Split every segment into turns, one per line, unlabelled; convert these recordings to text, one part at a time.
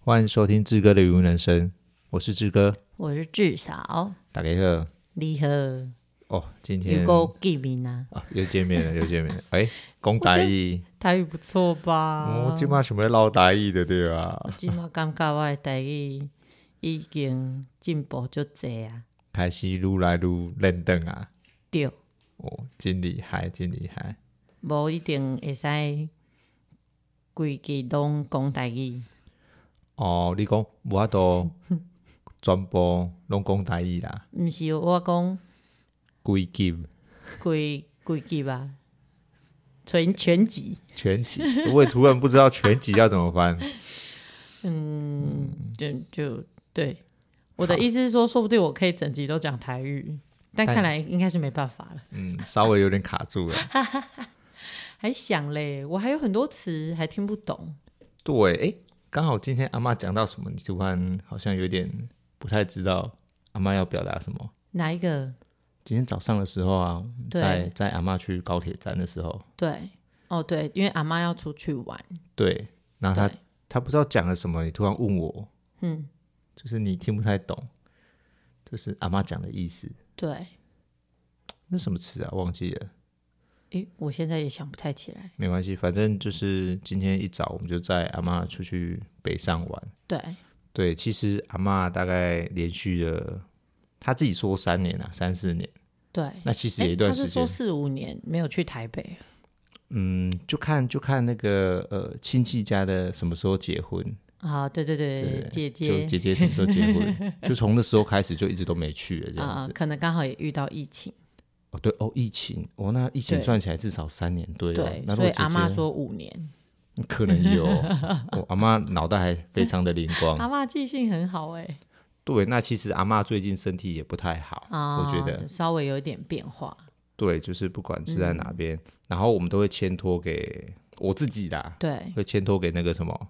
欢迎收听志哥的语文人生，我是志哥，
我是至少
打给个
你好，
哦，今天
有够记名啊，
啊又见面了，又 见面了，哎，讲台语，
台语不错吧？
我今晚想要唠台语的对啊吧？
即马感觉我的台语已经进步足济啊，
开始愈来愈认真啊，
对，
哦，真厉害，真厉害，
无一定会使规矩拢讲台语，
哦，你讲无法 度全部拢讲台语啦，
毋是我讲
规集
规规矩吧，全全集，
全集，我也突然不知道全集要怎么翻，
嗯，就就对。我的意思是说，说不定我可以整集都讲台语，但看来应该是没办法了。
嗯，稍微有点卡住了。
还想嘞，我还有很多词还听不懂。
对，哎，刚好今天阿妈讲到什么，你突然好像有点不太知道阿妈要表达什么。
哪一个？
今天早上的时候啊，
对
在在阿妈去高铁站的时候，
对，哦对，因为阿妈要出去玩，
对，然后她
对
她不知道讲了什么，你突然问我，
嗯，
就是你听不太懂，就是阿妈讲的意思，
对，
那什么词啊，忘记了，
诶，我现在也想不太起来。
没关系，反正就是今天一早我们就在阿妈出去北上玩。
对，
对，其实阿妈大概连续了，她自己说三年啊，三四年，
对，
那其实也
诶
一段
他
时
是
间
说。四五年没有去台北，
嗯，就看就看那个呃亲戚家的什么时候结婚，
啊，对对对，姐
就
姐
姐姐什么时候结婚，就从那时候开始就一直都没去了这样
啊
子。，
可能刚好也遇到疫情，
哦，对哦，疫情哦，那疫情
对
算起来至少三年对哦。
对
那，如
所
果
以阿妈
姐姐
说五年，
可能 有，我阿妈脑袋还非常的灵光。
阿妈记性很好哎，
对，那其实阿妈最近身体也不太好，
啊，
我觉得
就稍微有一点变化，
对，就是不管是
嗯
在哪边，然后我们都会牵托给我自己啦，
对，
会牵托给那个什么。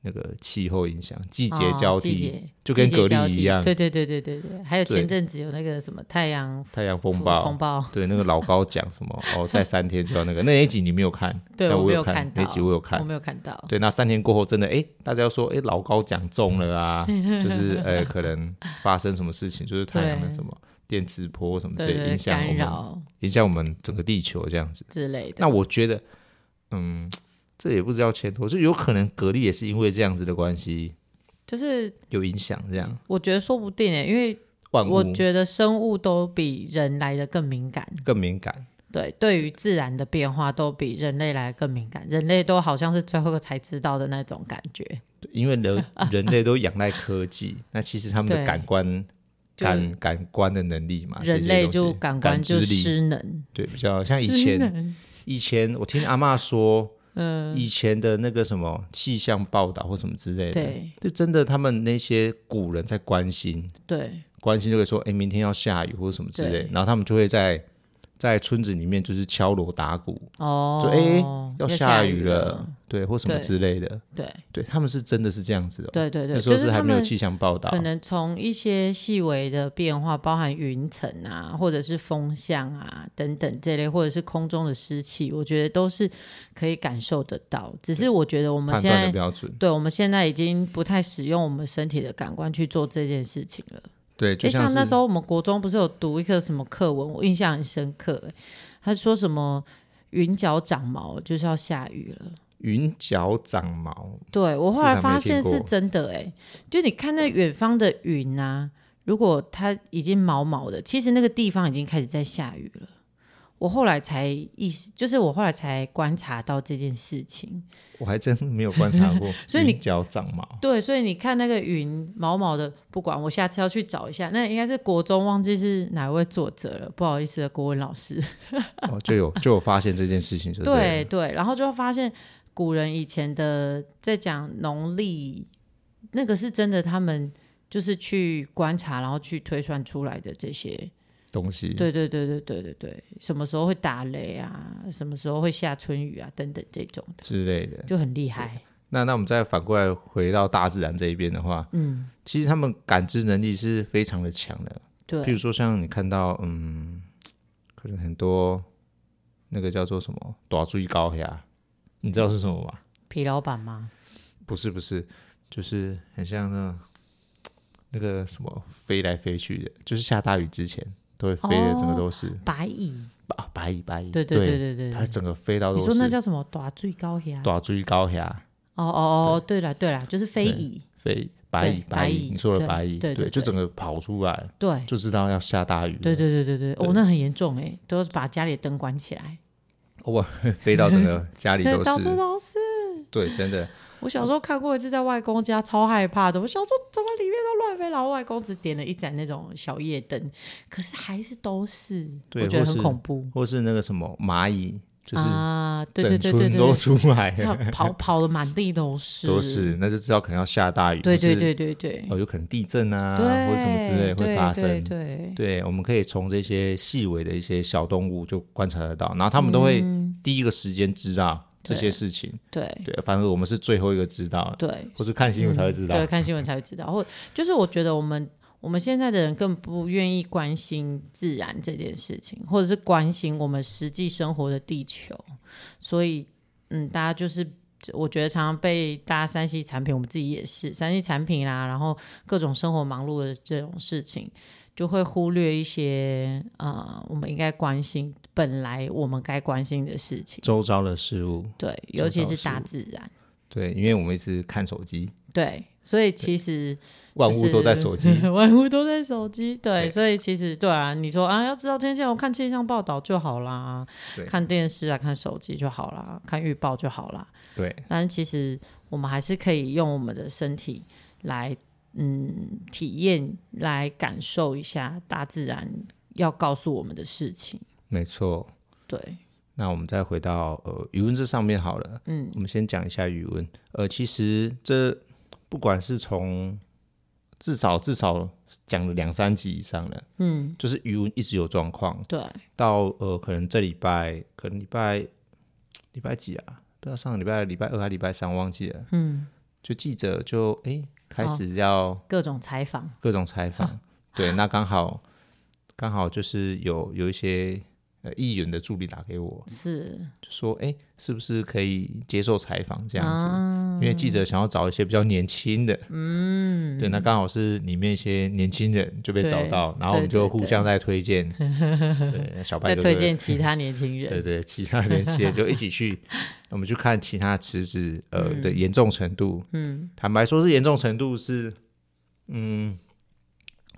那个气候影响，季节
啊
交
季
替，
节
就跟
季节
格
交
力一
替
样，
对对对对对对，还有
对
前阵子有那个什么太阳
太阳
风
风暴，
风暴，
对，那个老高讲什 么？哦，在三天就要那个那一集你没有看，
对
但
我
我
没
有
有看
那一
到
集我有
我
看。
没有看到，
对，那三天过后，真的哎，诶大家说哎，诶老高讲中了 啊，就是呃，可能发生什么事情，就是太阳的
对
什么电磁波什么之
对
类
对
影响我
干
们，
扰
影响我们整个地球这样子。
之类的，
那我觉得，嗯，这也不知道前途，就有可能格力也是因为这样子的关系
就是
有影响，这样
我觉得说不定诶，欸因为
万物
我觉得生物都比人来的更敏感，
更敏感。
对，对于自然的变化都比人类来的更敏感，人类都好像是最后一个才知道的那种感觉，
对因为 人人类都仰赖科技，那其实他们的
对
感官
就
感感官的能力嘛，
人类就
感
感官就
知力，
失能，
对，比较像以
失
前
能，
以前我听阿嬷说，
嗯，
以前的那个什么气象报道或什么之类的，
对
就真的他们那些古人在关心，
对
关心就会说，哎，明天要下雨或者什么之类的
对，
然后他们就会在在村子里面就是敲锣打鼓，
哦，
就诶要
要
下
雨
了，，对，或什么
对
之类的，
对
对他们是真的是这样子哦。
对对对，
那时候
就是
还
他
没有
们
气象报道，
可能从一些细微的变化，包含云层啊，或者是风向啊等等这类，或者是空中的湿气，我觉得都是可以感受得到。只是我觉得我们
判
现
断的
在，
标准。
对我们现在已经不太使用我们身体的感官去做这件事情了。
对，就
就像
是
那时候我们国中不是有读一个什么课文，我印象很深刻、欸，他说什么云脚长毛就是要下雨了。
云脚长毛，
对我后
市
来
场
发
没听
现是
过
真的哎、就你看那远方的云啊，如果它已经毛毛的，其实那个地方已经开始在下雨了。我后来才意识，就是我后来才观察到这件事情。
我还真没有观察过。
所以你
云脚长毛，
对，所以你看那个云毛毛的，不管我下次要去找一下，那应该是国中忘记是哪位作者了，不好意思了，国文老师。
哦，就有就有发现这件事情，就
对对，然后就发现古人以前的在讲农历，那个是真的，他们就是去观察，然后去推算出来的这些。
东西，
对对对对对对对，什么时候会打雷啊，什么时候会下春雨啊，等等这种的，
之类的。
就很厉害。
那那我们再反过来回到大自然这一边的话，
嗯，
其实他们感知能力是非常的强的。譬
对
如说，像你看到，嗯，可能很多那个叫做什么“短锥高呀”，你知道是什么吗？
皮老板吗？
不是不是，就是很像那种那个什么飞来飞去的，就是下大雨之前都会飞的，整个都是、
白蚁，
啊白蚁白蚁，
哦对对对对
它
对，
整个飞到
你
都
说那
是
叫什么？短最高呀？
大追高下
哦哦哦，对了对了，就是非
对
蚁，
飞白蚁
对白
蚁，
蚁
你说的
对
白蚁，
对对
就
对
整个跑出来，
对
就知道要下大雨了，
对对对对对，哦，那很严重哎，都把家里的灯关起来。
哇，飞到整 个家里
对，
都
到处
是，
都是。
对，真的。
我小时候看过一次，在外公家超害怕的。我小时候怎么里面都乱飞，然后外公只点了一盏那种小夜灯，可是还是都是，
对
我觉得
或
很
是
恐怖。
或是那个什么蚂蚁，就是
啊，对对
整
对对
村都
对，
出来了，
要跑跑的满地都是，
都是，那就知道可能要下大雨，
对
或是
对对对对，
哦，有可能地震啊，
对
或者什么之类会发
对
生。
对
对，我们可以从这些细微的一些小动物就观察得到，然后他们都会第一个时间知道这些事情。
嗯对
对，反而我们是最后一个知道，
对
或是看新闻才会知道。
嗯对，看新闻才会知道，或就是我觉得我们我们现在的人更不愿意关心自然这件事情，或者是关心我们实际生活的地球，所以嗯，大家就是。我觉得常常被大家三 C 产品，我们自己也是三 C 产品啦，然后各种生活忙碌的这种事情，就会忽略一些呃，我们应该关心本来我们该关心的事情。
周遭的事物，
对，尤其
周遭
是
事
大
物
自然。
对，因为我们一直看手机，
对，所以其实
万物都在手机，
就是万物都在手机。对，
对
所以其实对啊，你说啊，要知道天气，我看气象报道就好啦
对，
看电视啊，看手机就好啦，看预报就好啦。
对，
但是其实我们还是可以用我们的身体来，嗯，体验来感受一下大自然要告诉我们的事情。
没错。
对，
那我们再回到呃语文这上面好了，
嗯，
我们先讲一下语文。呃，其实这不管是从至少至少讲了两三集以上了，
嗯，
就是语文一直有状况，
对，
到呃可能这礼拜，可能礼拜礼拜几啊？不知道上个礼拜礼拜二还礼拜三忘记了，
嗯，
就记者就哎、诶开始要
各种采访，
各种采访， 对，那刚好刚好就是有有一些呃议员的助理打给我，
是
就说：“哎、是不是可以接受采访这样子？
啊
因为记者想要找一些比较年轻的，嗯，对，那刚好是里面一些年轻人就被找到，然后我们就互相在推 荐，对，小白
在
哥
推 荐其他年轻
对
人。
对，其他年轻人就一起 去，我们去看其他池子呃的严重程度，
嗯，
坦白说是严重程度是，嗯，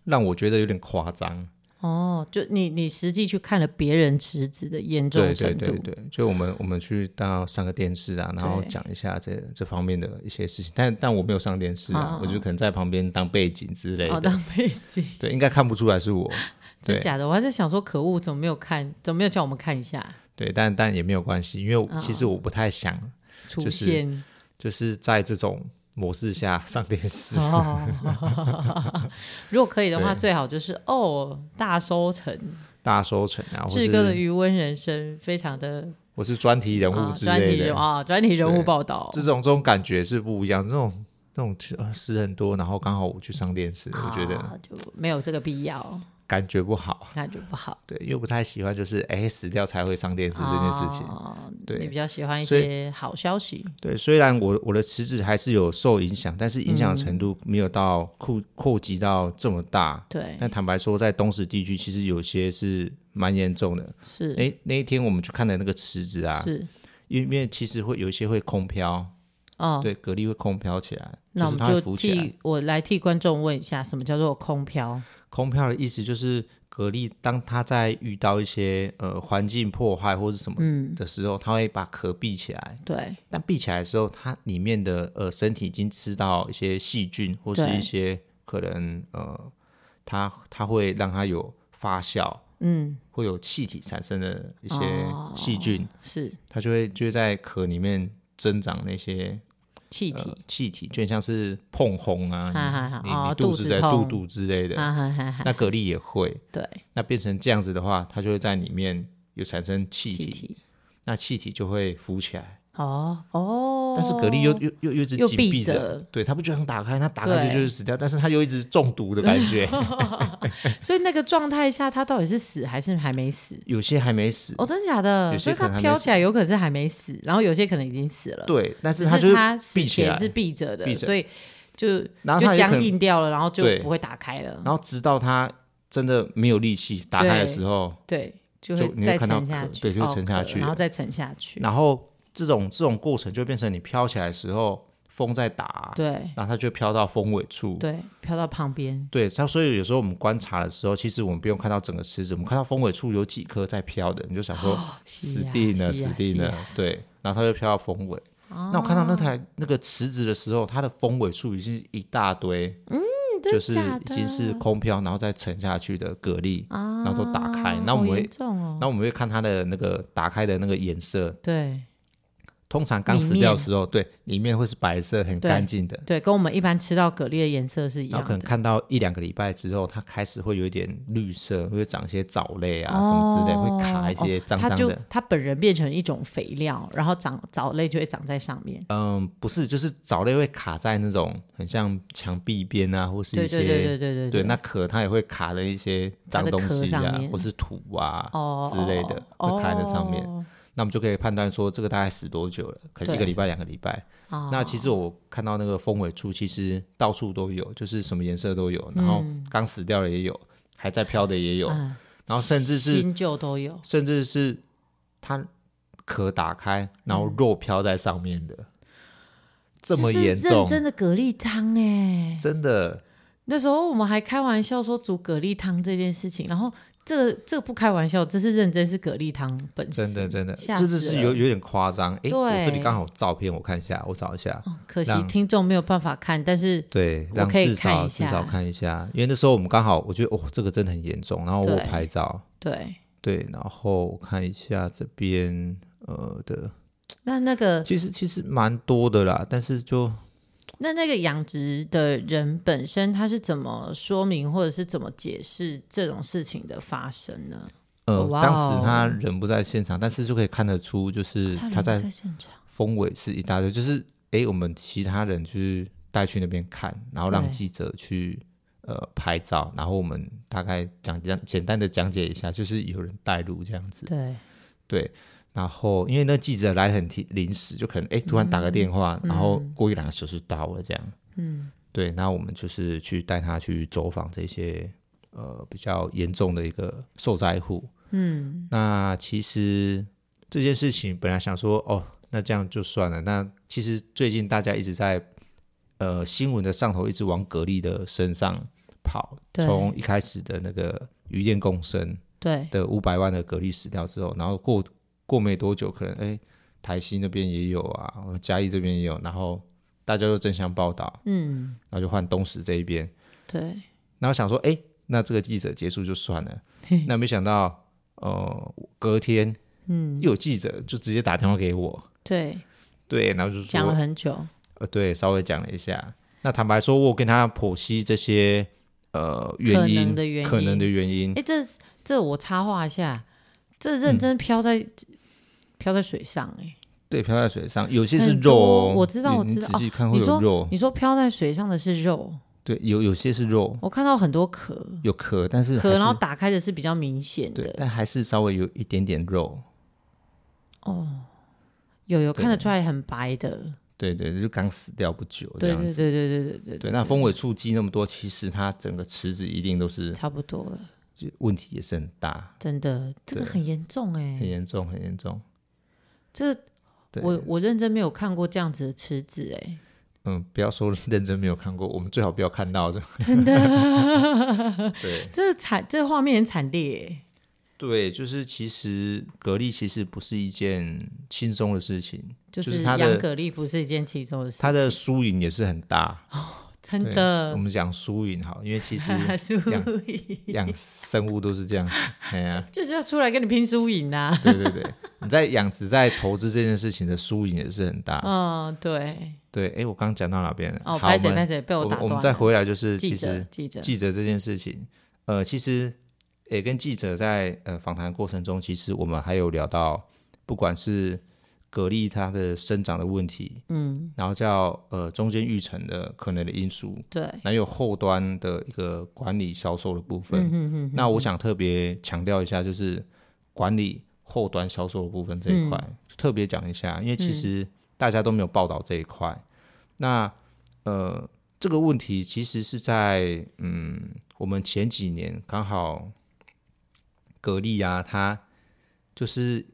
让我觉得有点夸张，
哦，就你你实际去看了别人池子的严重
对对
程度，
对对，就我们我们去到上个电视啊，然后
对
讲一下这这方面的一些事情，但但我没有上电视啊
哦，
我就可能在旁边当背景之类
好
的，
哦当背景，
对，应该看不出来是我，
真
对
假的？我还在想说，可恶，怎么没有看？怎么没有叫我们看一下
对，但但也没有关系，因为我其
哦
实我不太想
出
就是
现？
就是在这种模式下上电视，
哦，如果可以的话，
对
最好就是哦，大收成，
大收成啊，或
志哥的
是
余温人生非常的
我是专题人物
啊，
之
专题
类
人
的，
啊，专题人物
对
报道
这。种这种感觉是不一样，这种这种呃诗很多，然后刚好我去上电视，我觉得
啊就没有这个必要，
感觉不好。
那就不好。
对，又不太喜欢，就是哎、死掉才会上电视这件事情。
哦
对
你比较喜欢一
所以
些好消息，
对，虽然我我的辞职还是有受影响，但是影响的
嗯
程度没有到扩扩及到这么大。
对，
但坦白说，在东石地区，其实有些是蛮严重的。
是
哎、那一天我们去看的那个池子啊，
是
因为因为其实会有一些会空飘，
哦，
对，蛤蜊会空飘起来，
那
就
我
是它
们
会
就
浮起来。
替我来替观众问一下，什么叫做空飘？
空飘的意思就是蛤蜊，当它在遇到一些呃环境破坏或是什么
嗯，
的时候，它会把壳闭起来。
对，
但闭起来的时候，它里面的呃身体已经吃到一些细菌或是
对
一些可能呃，它它会让它有发酵，
嗯，
会有气体产生的一些
哦
细菌，
是
它就会就会在壳里面增长那些
气体
呃，气体，就很像是碰红啊，
哈哈哈
你
哦
你
肚
肚子
子
的肚
痛
肚之类的。
哈哈哈哈，
那蛤蜊也会，
对，
那变成这样子的话，它就会在里面有产生气
气
体，
体，
那气体就会浮起来。
哦哦，
但是蛤蜊又又又又一直
又
紧
闭
闭着
着，
对，它不就想打开，它打开就
对
就是死掉，但是它又一直中毒的感 觉，
所以那个状态下，它到底是死还是还没死？
有些还没死，
哦，真的假
有
的？
些
所以
可能
它
还没
飘起来，有可能是还没死，然后有些可能已经死了，
对，但
只
是它就是
它死
闭起
前
来，
是闭着的
闭，着
所以就
然后它也
就
可
僵
能，
硬掉了，然后就
对
不会打开了。
然后直到它真的没有力气打开的
对
时候，
对，就
就
会
你会
再
看到
沉下
壳
去，
对就会
哦
沉下
壳
去
然后再沉下去。
然后这种这种过程就变成你飘起来的时候，风在打，
对
然后它就飘到风尾处。
对，飘到旁边。
对，它所以有时候我们观察的时候，其实我们不用看到整个池子，我们看到风尾处有几颗在飘的，你就想 说、
是
死
啊
定了，
是
死
啊
定
是
了
啊。哦
对，然后它就飘到风尾。那我看到那台那个池子的时候，它的风尾处已经一大堆，嗯，就是
假
已经是
的
空飘，然后再沉下去的蛤蜊。
啊，
然后都打开那
好
我们
严
会
重哦
那我们会看它的那个打开的那个颜色，
对
通常刚
里
死掉的
面
时候，对，里面会是白色，很
对
干净的。
对，跟我们一般吃到蛤蜊的颜色是一
然
样
后可能
的。
看到一两个礼拜之后，它开始会有一点绿色，会长一些藻类啊、什么之类，会卡一
哦
些脏
它
脏
就
的。
它本人变成一种肥料，然后长藻类就会长在上面。
嗯，不是，就是藻类会卡在那种很像墙壁边啊，或是
对
一些
对对对对对
对那壳它也会卡了一些
它
脏
的
东
壳
西
上
啊，
面
或是土啊、
哦
之类的，
哦
会卡在上面。
哦
那我们就可以判断说这个大概死多久了，可能一
对
个礼拜、两个礼拜。
哦
那其实我看到那个风尾处，其实到处都有，就是什么颜色都有，然后刚死掉的也有，还在飘的也有，
嗯
然后甚至是
新旧都有，
甚至是它壳打开，然后肉飘在上面的，这么
是
严
认
重，
真的蛤蜊汤哎、
真的
那时候我们还开玩笑说煮蛤蜊汤这件事情，然后这个这个不开玩笑，这是认真是蛤蜊汤本
真
身。
的真的，
吓
这就
死
是
了
有有点夸张。诶，我这里
对
刚好有照片，我看一下，我找一下。
哦可惜
让
听众没有办法看，但是
对，
我
让
可
至
以看
少
一
至
下
少看一下，因为那时候我们刚好，我觉得哦，这个真的很严重，然后我有
对
拍照，
对，
对，然后我看一下这边呃的，
那那个
其实其实蛮多的啦，但是就
那那个养殖的人本身他是怎么说明或者是怎么解释这种事情的发生呢？
呃，
哇
当
哦
时他人不在现场，但是就可以看得出，就是
他人
他
不
在
在现场，
风尾是一大堆，就是诶，我们其他人就是带去那边看，然后让
对
记者去。呃，拍照，然后我们大概讲讲简单的讲解一下，就是有人带路这样子。
对
对，然后因为那记者来得很提临时，就可能哎、诶突然打个电话，然后过一两个小时到了这样。嗯，对，那我们就是去带他去走访这些呃比较严重的一个受灾户。嗯，那其实这件事情本来想说哦，那这样就算了。那其实最近大家一直在呃新闻的上头一直往格力的身上跑，
对
从一开始的那个鱼电共生。
对
的五百万的蛤蜊死掉之后，然后过过没多久，可能哎、台西那边也有啊，嘉义这边也有，然后大家都争相报道，
嗯
然后就换东石这一边，
对，
然后想说哎、那这个记者结束就算 了，那没想到呃隔天
嗯
又有记者就直接打电话给我，
对，
对，然后就
讲了
说
很久，
呃对，稍微讲了一下，那坦白说，我有跟他剖析这些呃
可
原因
能的原因，
可能的原因
哎、，这这我插话一下，这
嗯
认真飘在、飘在水上哎、
对，漂在水上，有些是
很
肉、
多
哦，
我知道
你
我知
你
道
仔细看
哦
会
你说
有肉，
你说飘在水上的是肉，
对，有有些是肉，
我看到很多壳，
有壳，但是
壳
还
然后
是
打开的是比较明显
对，
的，
但还是稍微有一点点肉。
有有
对
看得出来很白的，
对对，就刚死掉不久这
对
样
对
子。
对对对对
对那风尾触积那么多，其实它整个池子一定都是
对，差不多了，
问题也是很大，
真的这个
对
很严重哎、
很严重，很严重。
这
对，
我我认真没有看过这样子的池子哎、
嗯，不要说 认真没有看过，我们最好不要看到这。
真的，
对
这惨这画面很惨烈、欸，
对，就是其实蛤蜊其实不是一件轻松的事情，
就
就是
是
它
养
的
蛤蜊不是一件其中的事情，
它的输赢也是很大。
真
对
的
我 们讲输赢好，因为其实
输 赢
养生物都是这样子。 哎呀、
就是要出来跟你拼输赢啊。
对对对，你在养殖在投资这件事情的输赢也是很大。
嗯，对，
对，哎，我刚刚讲到哪边了？
哦，
啊好，
拍
我
谁
们
拍谁被
我
打断
们我
了。
们再回来，就是
记
其
者
实
记者
记者这件事情，呃，其实也跟记者在呃访谈过程中，其实我们还有聊到，不管是蛤蜊它的生长的问题，
嗯，
然后叫呃中间育成的可能的因素，
对，
然后有后端的一个管理销售的部分。
嗯哼哼，
那我想特别强调一下，就是管理后端销售的部分这一
嗯
块，特别讲一下，因为其实大家都没有报道这一块。那呃，这个问题其实是在嗯，我们前几年刚好格力啊，它就是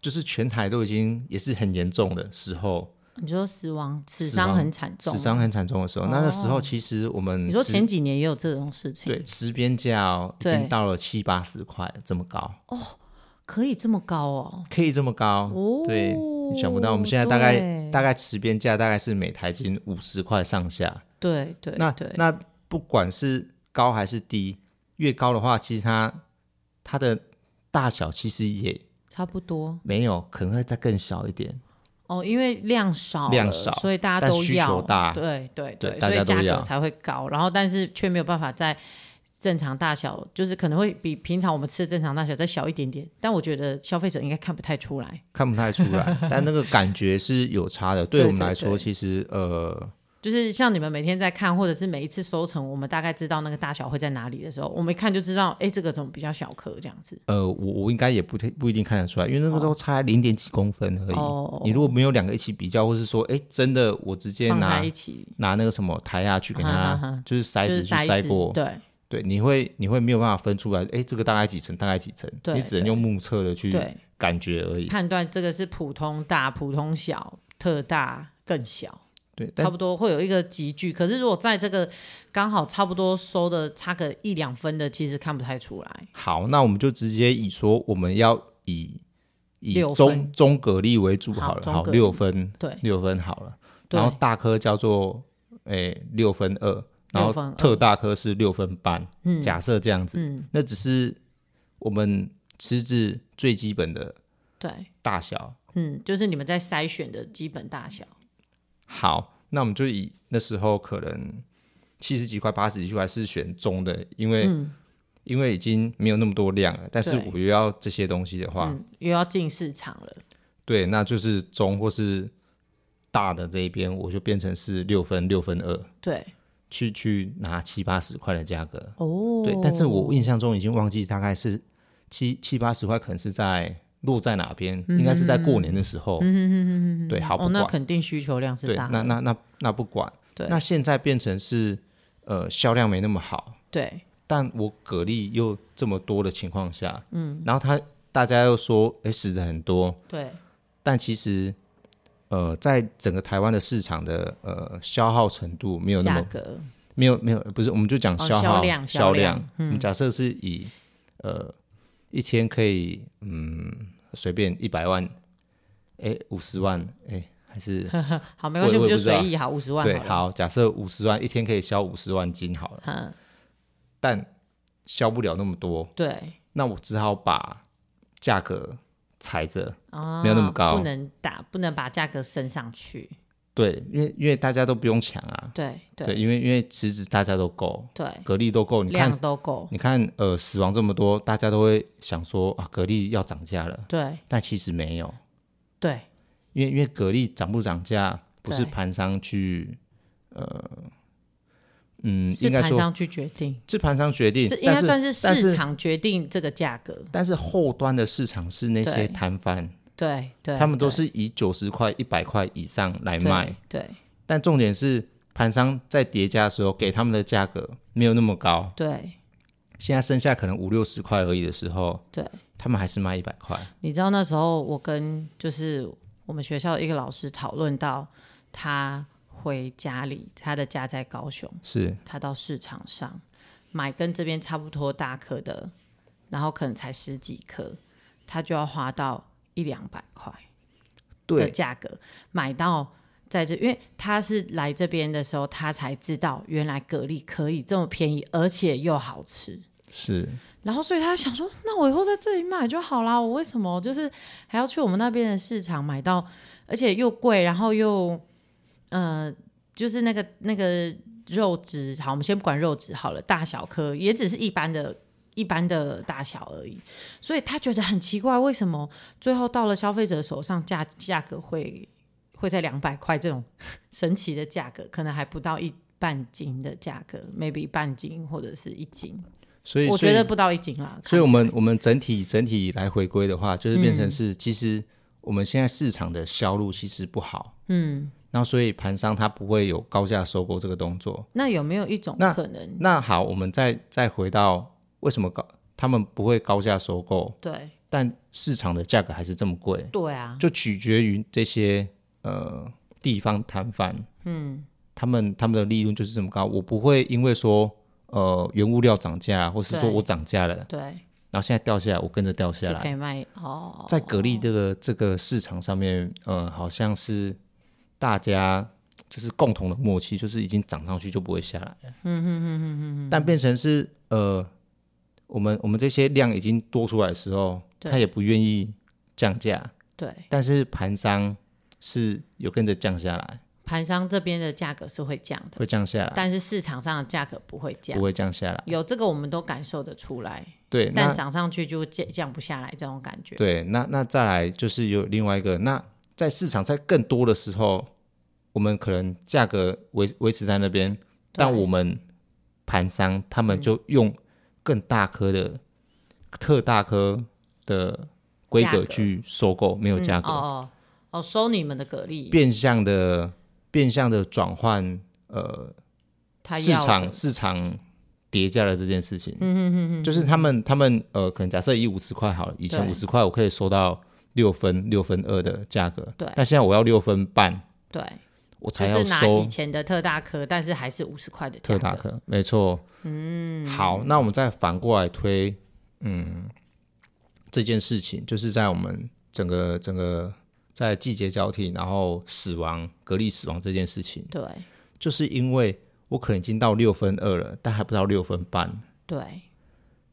就是全台都已经也是很严重的时候，
你说死亡、死
死
伤
亡
很惨重，
死伤很惨重的时候，那个时
哦
候其实我们
你说
吃
前几年也有这种事情，
对，吃边价、哦、已
对
经到了七八十块这么高，
可以这么高哦？
可以这么高，
哦，
对你想不到我们现在大概
对
大概持边价大概是每台斤五十块上下。
对对
那
对，
那不管是高还是低，越高的话，其实它它的大小其实也
差不多
没有，可能会再更小一点。
哦，因为量少了，
量少
所以大家
但
都
需
要，
求大
对对
对大
所
家
以
都
价格
要
才会高，然后但是却没有办法在正常大小，就是可能会比平常我们吃的正常大小再小一点点，但我觉得消费者应该看不太出来，
看不太出 来，但那个感觉是有差的。对
对
我们
对
来说，
对
其实呃，
就是像你们每天在看，或者是每一次收成，我们大概知道那个大小会在哪里的时候，我们一看就知道，哎，这个怎么比较小颗这样子。
呃，我我应该也不太不一定看得出来，因为那个都差零点几公分而已。
哦
你如果没有两个一起比较，或是说，哎，真的我直接
放
拿
在一起，
拿那个什么台压去给
哈啊哈
它
哈，
就是筛
就
子
是
去
筛
筛
子
过，
对
对，你会你会没有办法分出来，哎，这个大概几层，大概几层，
对
你只能
对
用目测的去
对，
感觉而已。
判断这个是普通大、普通小、特大、更小，
对，
差
但
不多会有一个集距。可是如果在这个刚好差不多收的差个一两分的，其实看不太出来。
好，那我们就直接以说我们要以以
六
中
分
中蛤蜊为主
好
好了，
中
好
蛤
六分
对
六分好了，
对
然后大颗叫做哎六分二，然
六分
后
二
特大颗是六分半，
嗯
假设这样子，
嗯，
那只是我们吃至最基本的
对，
大小。
嗯，就是你们在筛选的基本大小。
好，那我们就以那时候可能七十几块、八十几块是选中的，因为、
嗯
因为已经没有那么多量了，但是
对
我又要这些东西的话，
嗯，又要进市场了。
对，那就是中或是大的这一边，我就变成是六分、六分二，
对，
去去拿七八十块的价格。
哦，
对，但是我印象中已经忘记大概是七七八十块，可能是在落在哪边，应该是在过年的时
嗯
候。对，好不
哦，
管。
那肯定需求量是
对，
大
那
的。
那那那不管。
对
那现在变成是呃销量没那么好，
对
但我蛤蜊又这么多的情况下，嗯，然后他大家又说，哎，死的很多，
对
但其实呃，在整个台湾的市场的呃消耗程度没有那
价
么
格
没有没有，不是，我们就讲
哦
消耗、
销量销
销
量嗯
我们假设是以呃一天可以嗯随便一百万，哎五十万，哎还是
好，没关系，
我
我
也
们就
不知道
随意好，五十万
对，
了。
好，假设五十万一天可以销五十万斤好了，
嗯，
但销不了那么多，
对，
那我只好把价格踩着。
啊，
没有那么高
不能打，不能把价格升上去。
对，因为因为大家都不用抢啊，
对
对，
对
因为因为池子大家都够，
对，
蛤蜊都够，你看
量都够。
你看呃死亡这么多，大家都会想说啊蛤蜊要涨价了，
对
但其实没有，
对
因为因为蛤蜊涨不涨价不是
对
盘商去呃嗯，
是
应该
盘
说
商去决定，
是盘商决定，
是应
但
该算是
但
市场决定这个价格。
但是后端的市场是那些
对
摊贩，
对对，
他们都
对
是以九十块、一百块以上来
对
卖，
对
但重点是盘商在叠加的时候给他们的价格没有那么高，
对
现在剩下可能五六十块而已的时候，
对。
他们还是卖一百块。
你知道那时候我跟就是我们学校的一个老师讨论到，他回家里，他的家在高雄。
是
他到市场上买跟这边差不多大颗的，然后可能才十几颗，他就要花到一两百块的
对，
价格买到在这，因为他是来这边的时候，他才知道原来蛤蜊可以这么便宜，而且又好吃。
是
然后，所以他想说，那我以后在这里买就好啦。我为什么就是还要去我们那边的市场买到，而且又贵，然后又，呃，就是那个那个肉质，好，我们先不管肉质好了，大小颗也只是一般的、一般的大小而已。所以他觉得很奇怪，为什么最后到了消费者手上价价格会会在两百块这种 神奇的价格，可能还不到一半斤的价格，maybe 半斤或者是一斤。
所以
我觉
所以
得不到一斤啦。
所以我
看起来
们我们整体整体来回
嗯
归的话，就是变成是、其实我们现在市场的销路其实不好，
嗯，
那所以盘商他不会有高价收购这个动作。
那有没有一种
那
可能？
那好，我们再再回到为什么高他们不会高价收购，
对
但市场的价格还是这么贵，
对啊，
就取决于这些呃地方摊贩，嗯，他们他们的利润就是这么高。我不会因为说呃原物料涨价，或是说
对
我涨价了，
对，
然后现在掉下来，我跟着掉下
就可
来。
以卖哦。
在蛤蜊这个这个市场上面，呃，好像是大家就是共同的默契，就是已经涨上去就不会下来了。嗯嗯嗯嗯嗯。但变成是呃，我们我们这些量已经多出来的时候，
对
他也不愿意降价，
对，
但是盘商是有跟着降下来，
盘商这边的价格是会降的，
会降下来，
但是市场上的价格不会
啊
降
不。会降下来。
有这个我们都感受得出来，
对，那
但涨上去就降降不下来这种感觉。
对，那那再来就是有另外一个，那在市场在更多的时候，我们可能价格维维持在那边，但我们盘商他
嗯
们就用更大颗的、特大颗的规
价
格
格
去收购，没有
嗯
价格，
哦哦哦，收你们的蛤蜊，
变相的变相的转换，呃，
他
市
要
场
的
市场叠加了这件事情，嗯嗯嗯，就是他们他们呃，可能假设以五十块好了，以前
对
五十块我可以收到六分六分二的价格，
对
但现在我要六分半，
对，
我才
就
要
是拿以
收
前的特大颗，但是还是五十块的价
特
格
大颗，没错，嗯，好，那我们再反过来推，嗯，这件事情就是在我们整个整个在季节交替，然后死亡隔离死亡这件事情，
对
就是因为我可能已经到六分二了，但还不到六分半。
对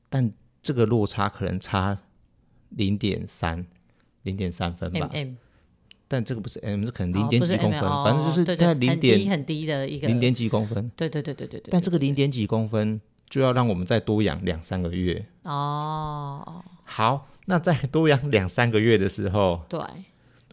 但这个落差可能差零点三、零点三分吧。
，M M
但这个不是 m，这可能
哦
零点
不是
几公分，
MM
反正就是
哦对
在
对
零
很低
点
很低的一个
零，点几公分。
对对对对对对。
但这个零点几公分就要让我们再多养两三个月。
哦，
好，那再多养两三个月的时候，
对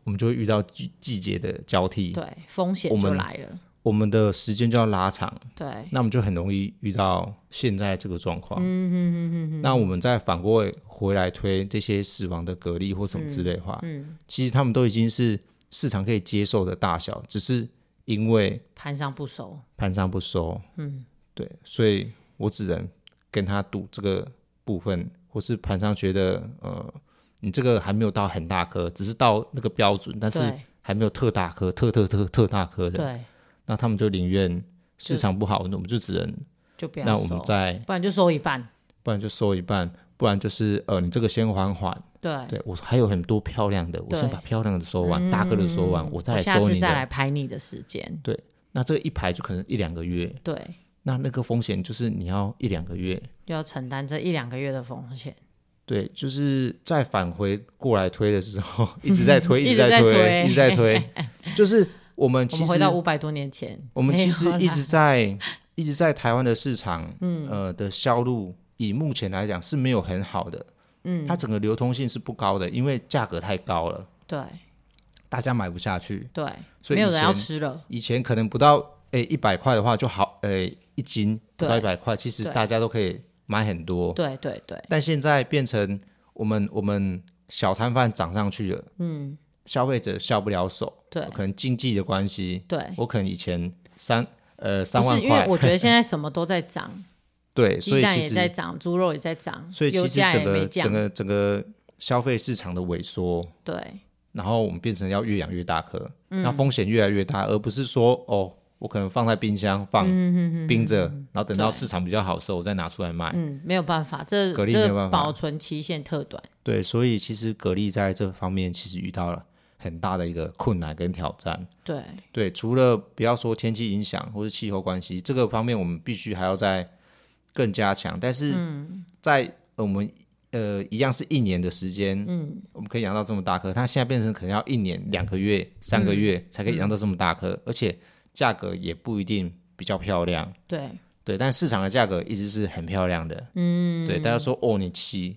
我们就会遇到季季节的交替，
对，风险
嗯我
就
们
来了，
我们的时间就要拉长，
对
那我们就很容易遇到现在这个状况。嗯嗯嗯嗯。那我们再反过回来推这些死亡的隔离或什么之类的话，
嗯，
其实他们都已经是市场可以接受的大小，只是因为
盘上不熟，
盘商不收，嗯，对，所以我只能跟他赌这个部分，或是盘商觉得呃，你这个还没有到很大颗，只是到那个标准，但是
对
还没有特大颗、特特特特大颗的，
对，
那他们就宁愿市场不好，那我们就只能
就不要
那我们
收
再
不然就收一半，
不然就收一半，不然就是呃，你这个先缓缓。
对，
对我还有很多漂亮的，我先
对嗯
把漂亮的收完，大个的收完，我再来
下
收
次
你
再来
的。
拍你的时间，
那这个一排就可能一两个月，
对，
那那个风险就是你要一两个月。
要承担这一两个月的风险，
对，就是再返回过来推的时候， 一直在 推，
一
直
直
在
在
推，
推
一直在推。就是我们
我
其
们
实
回到五百多年前，
我们其
没
实
哎有啦
一直在一直在台湾的市场，嗯呃的销路，以目前来讲是没有很好的，嗯，它整个流通性是不高的，因为价格太高了，
对
大家买不下去，
对，
所以
没有
以
人
前
要吃了，
以前可能不到诶一百块的话就好，诶、一斤不到一
对
百块，其实
对
大家都可以买很多。
对对对
但现在变成我们我们小摊贩涨上去了，嗯，消费者下不了手，
对
可能经济的关系，
对，
我可能以前三呃三
不
万
是因为
块，
我觉得现在什么都在涨，
对， 所
鸡
以
蛋
其
也在
实
涨，猪肉也在涨，
所以
油
其实
价
整
也没
个
降，
整个整个消费市场的萎缩，
对
然后我们变成要越养越大颗，
嗯
那风险越来越大，而不是说哦，我可能放在冰箱
嗯
放冰着，然后等到
对
市场比较好的时候我再拿出来卖。
嗯，没有办法，这
蛤蜊没有办
这
法
保存期限特短，
对，所以其实蛤蜊在这方面其实遇到了很大的一个困难跟挑战。
对
对，除了不要说天气影响或是气候关系这个方面，我们必须还要再更加强。但是
嗯
在呃我们呃一样是一年的时间，嗯，我们可以养到这么大颗，它现在变成可能要一年、两个月、三
嗯
个月才可以养到这么大颗，而且价格也不一定比较漂亮。
对，
对，但市场的价格一直是很漂亮的。嗯，对，大家说哦，你七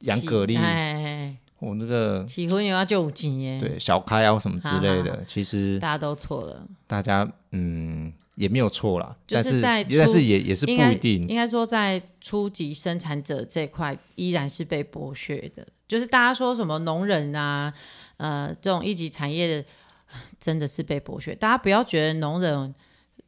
养
起
蛤蜊，
哎，
我、哦那个
起婚也要就五斤耶，
对小开啊或什么之类
好
的，其实
大家都错了。
大家嗯也没有错啦，
就
但
是在
是但
出
是也也是不
应该
一定，
应该说，在初级生产者这块依然是被剥削的，就是大家说什么农人啊，呃，这种一级产业真的是被剥削。大家不要觉得农人，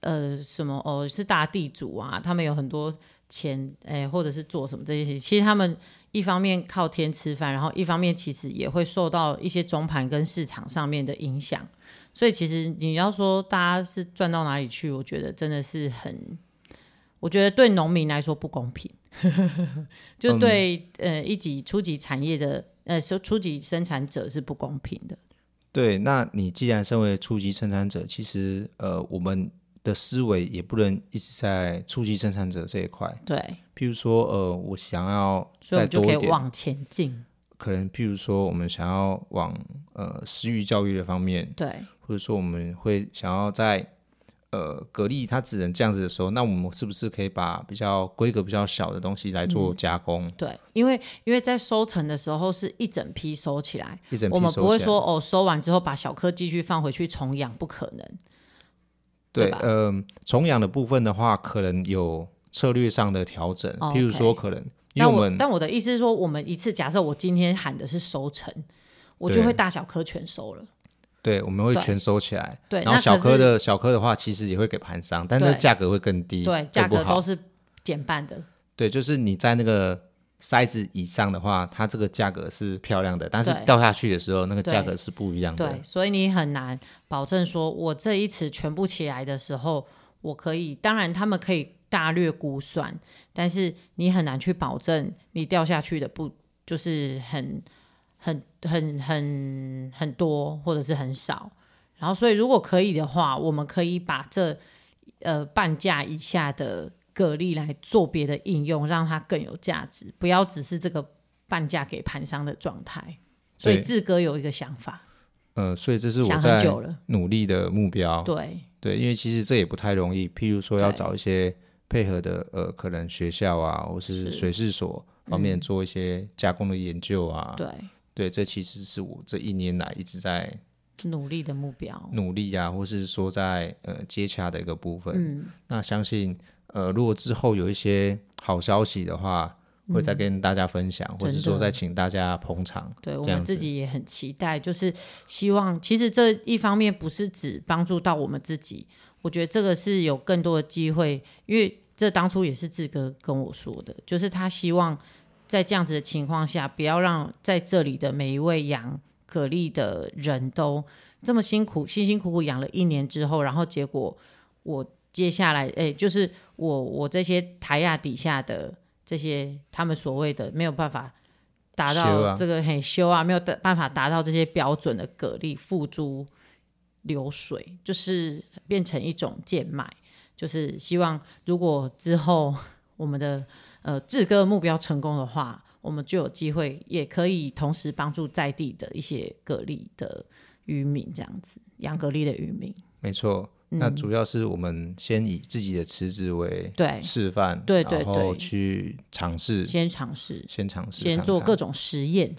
呃，什么哦是大地主啊，他们有很多钱，哎，或者是做什么这些事情，其实他们一方面靠天吃饭，然后一方面其实也会受到一些中盘跟市场上面的影响。所以其实你要说大家是赚到哪里去，我觉得真的是很，我觉得对农民来说不公平，
嗯
就对、呃一级初级产业的呃初初级生产者是不公平的。
对，那你既然身为初级生产者，其实呃，我们的思维也不能一直在初级生产者这一块。
对，
譬如说，呃，我想要
所
再
以我们就
多
可
一
以
点，
往前进。
可能譬如说，我们想要往呃私域教育的方面，
对，
或者说我们会想要在呃蛤蜊它只能这样子的时候，那我们是不是可以把比较规格比较小的东西来
嗯
做加工，
对，因为因为在收成的时候是一整批收起来，
一整批
我们
收
不会
起来
说哦收完之后把小颗继续放回去重养，不可能。
对，
对吧
嗯、重养的部分的话，可能有策略上的调整，
哦
譬如
OK
说可能因
那
为我
我
们
但我的意思是说，我们一次假设我今天喊的是收成，我就
对
会大小颗全收了。
对我们会
对
全收起来，
对
然后
那
小
可
颗
是
的小颗的话，其实也会给盘商，但是
对
价格会更低，
对，
更
价
不
格
好
都是减半的。
对，就是你在那个 size 以上的话，它这个价格是漂亮的，但是
对
掉下去的时候，那个
对
价格是不一样的
对，。所以你很难保证说我这一次全部起来的时候，我可以，当然他们可以大略估算，但是你很难去保证你掉下去的不就是很很很很很多或者是很少。然后，所以如果可以的话，我们可以把这呃半价以下的蛤蜊来做别的应用，让它更有价值，不要只是这个半价给盘商的状态。所以
对
志哥有一个想法，
呃，所以这是我
想很
在哦
久了，
努力的目标。
对
对，因为其实这也不太容易，譬如说要
对
找一些配合的呃，可能学校啊，或是
是嗯
水事所方面做一些加工的研究啊。
对，
对，这其实是我这一年来一直在
努力的目标，
努力啊，或是说在呃接洽的一个部分。
嗯，
那相信呃，如果之后有一些好消息的话，会再跟大家分享，或是
嗯真的
说再请大家捧场。
对我
这样
们
子
自己也很期待，就是希望其实这一方面不是只帮助到我们自己，我觉得这个是有更多的机会，因为这当初也是志哥跟我说的，就是他希望在这样子的情况下，不要让在这里的每一位养蛤蜊的人都这么辛苦，辛辛苦苦养了一年之后，然后结果我接下来，哎，就是我我这些台亚底下的这些他们所谓的没有办法达
修啊
到这个很修啊，没有达办法达到这些标准的蛤蜊付诸流水，就是变成一种贱卖。就是希望如果之后我们的呃志哥的目标成功的话，我们就有机会也可以同时帮助在地的一些蛤蜊的渔民这样子，养蛤蜊的渔民。
没错，
嗯
那主要是我们先以自己的池子为
对，
示范，
对对
然后
对
去尝试，
先尝试，
先尝试，
先做各嗯种实验。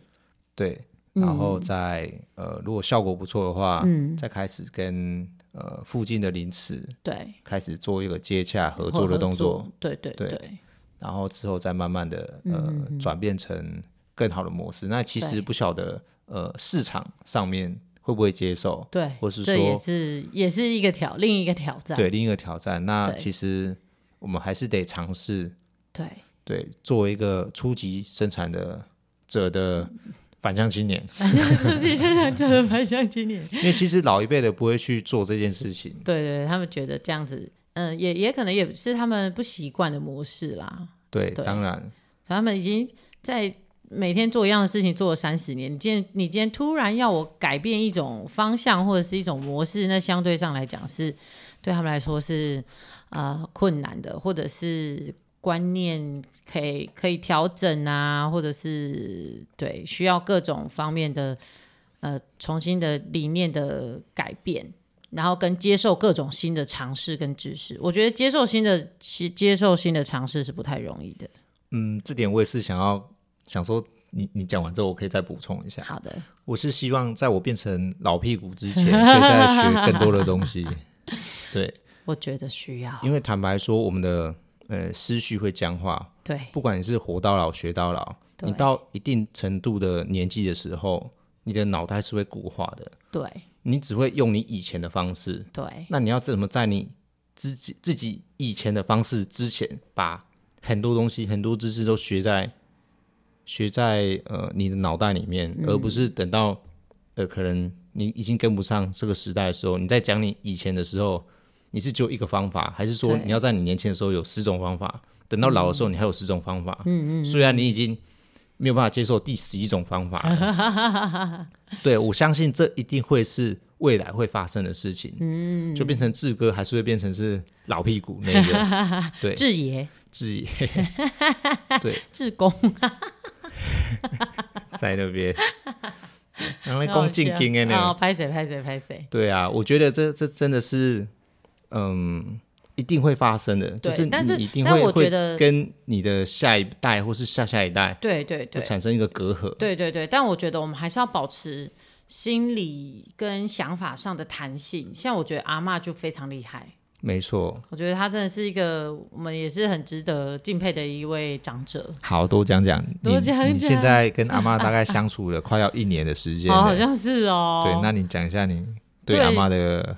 对，然后再、呃，如果效果不错的话，嗯，再开始跟呃附近的林池
对，
开始做一个接洽合作的动
合
作，
作，对对
对
对
然后之后再慢慢的呃转变成更好的模式。那其实
嗯对
不晓得呃市场上面会不会接受，
对，
或是
这也
说
是也是一个挑另一个挑战。
对另一个挑战。那
啊对
其实我们还是得尝试，
对
对，作为一个初级生产的者的返乡青年，
就是现在真的蛮像今年。
因为其实老一辈的不会去做这件事情。
对对，他们觉得这样子，嗯、也也可能也是他们不习惯的模式啦。
对，
对
当然，
他们已经在每天做一样的事情做了三十年，你今天你今天突然要我改变一种方向或者是一种模式，那相对上来讲是对他们来说是呃困难的，或者是呃观念可以可以调整啊，或者是对需要各种方面的呃重新的理念的改变。然后跟接受各种新的尝试跟知识，我觉得接受新的接接受新的尝试是不太容易的。
嗯，这点我也是想要想说，你你讲完之后，我可以再补充一下。
好的，
我是希望在我变成老屁股之前，可以再学更多的东 西。对，
我觉得需要。
因为坦白说，我们的呃思绪会僵化，
对
不管你是活到老学到老，
对
你到一定程度的年纪的时候，你的脑袋是会固化的，
对
你只会用你以前的方式。
对，
那你要怎么在你自己自己以前的方式之前，把很多东西、很多知识都学在学在呃你的脑袋里面，而不是等到呃可能你已经跟不上这个时代的时候，你在讲你以前的时候，你是只有一个方法，还是说
对
你要在你年轻的时候有十种方法，等到老的时候你还有十种方法？嗯嗯，虽然你已经。没有办法接受第十一种方法 了对我相信这一定会是未来会发生的事情。嗯，就变成志哥还是会变成是老屁股那个， 对，
智爷
志爷对，
智 公，
在那 边，然后恭敬敬的呢，
哦，拍谁拍谁拍谁，
对啊，我觉得这这真的是，嗯。一定会发生的，就
对
是
但是
你一定
但
会
我觉
会
得
跟你的下一代或是下下一代
对对
会
对，
产生一个隔阂。
对对对，但我觉得我们还是要保持心理跟想法上的弹性。像我觉得阿嬷就非常厉害，
没错，
我觉得她真的是一个我们也是很值得敬佩的一位长者。
好，多讲讲。
多讲
你
讲
你现在跟阿妈大概相处了快要一年的时间
哦，
了，
好像是哦。
对，那你讲一下你对
对
阿妈的呃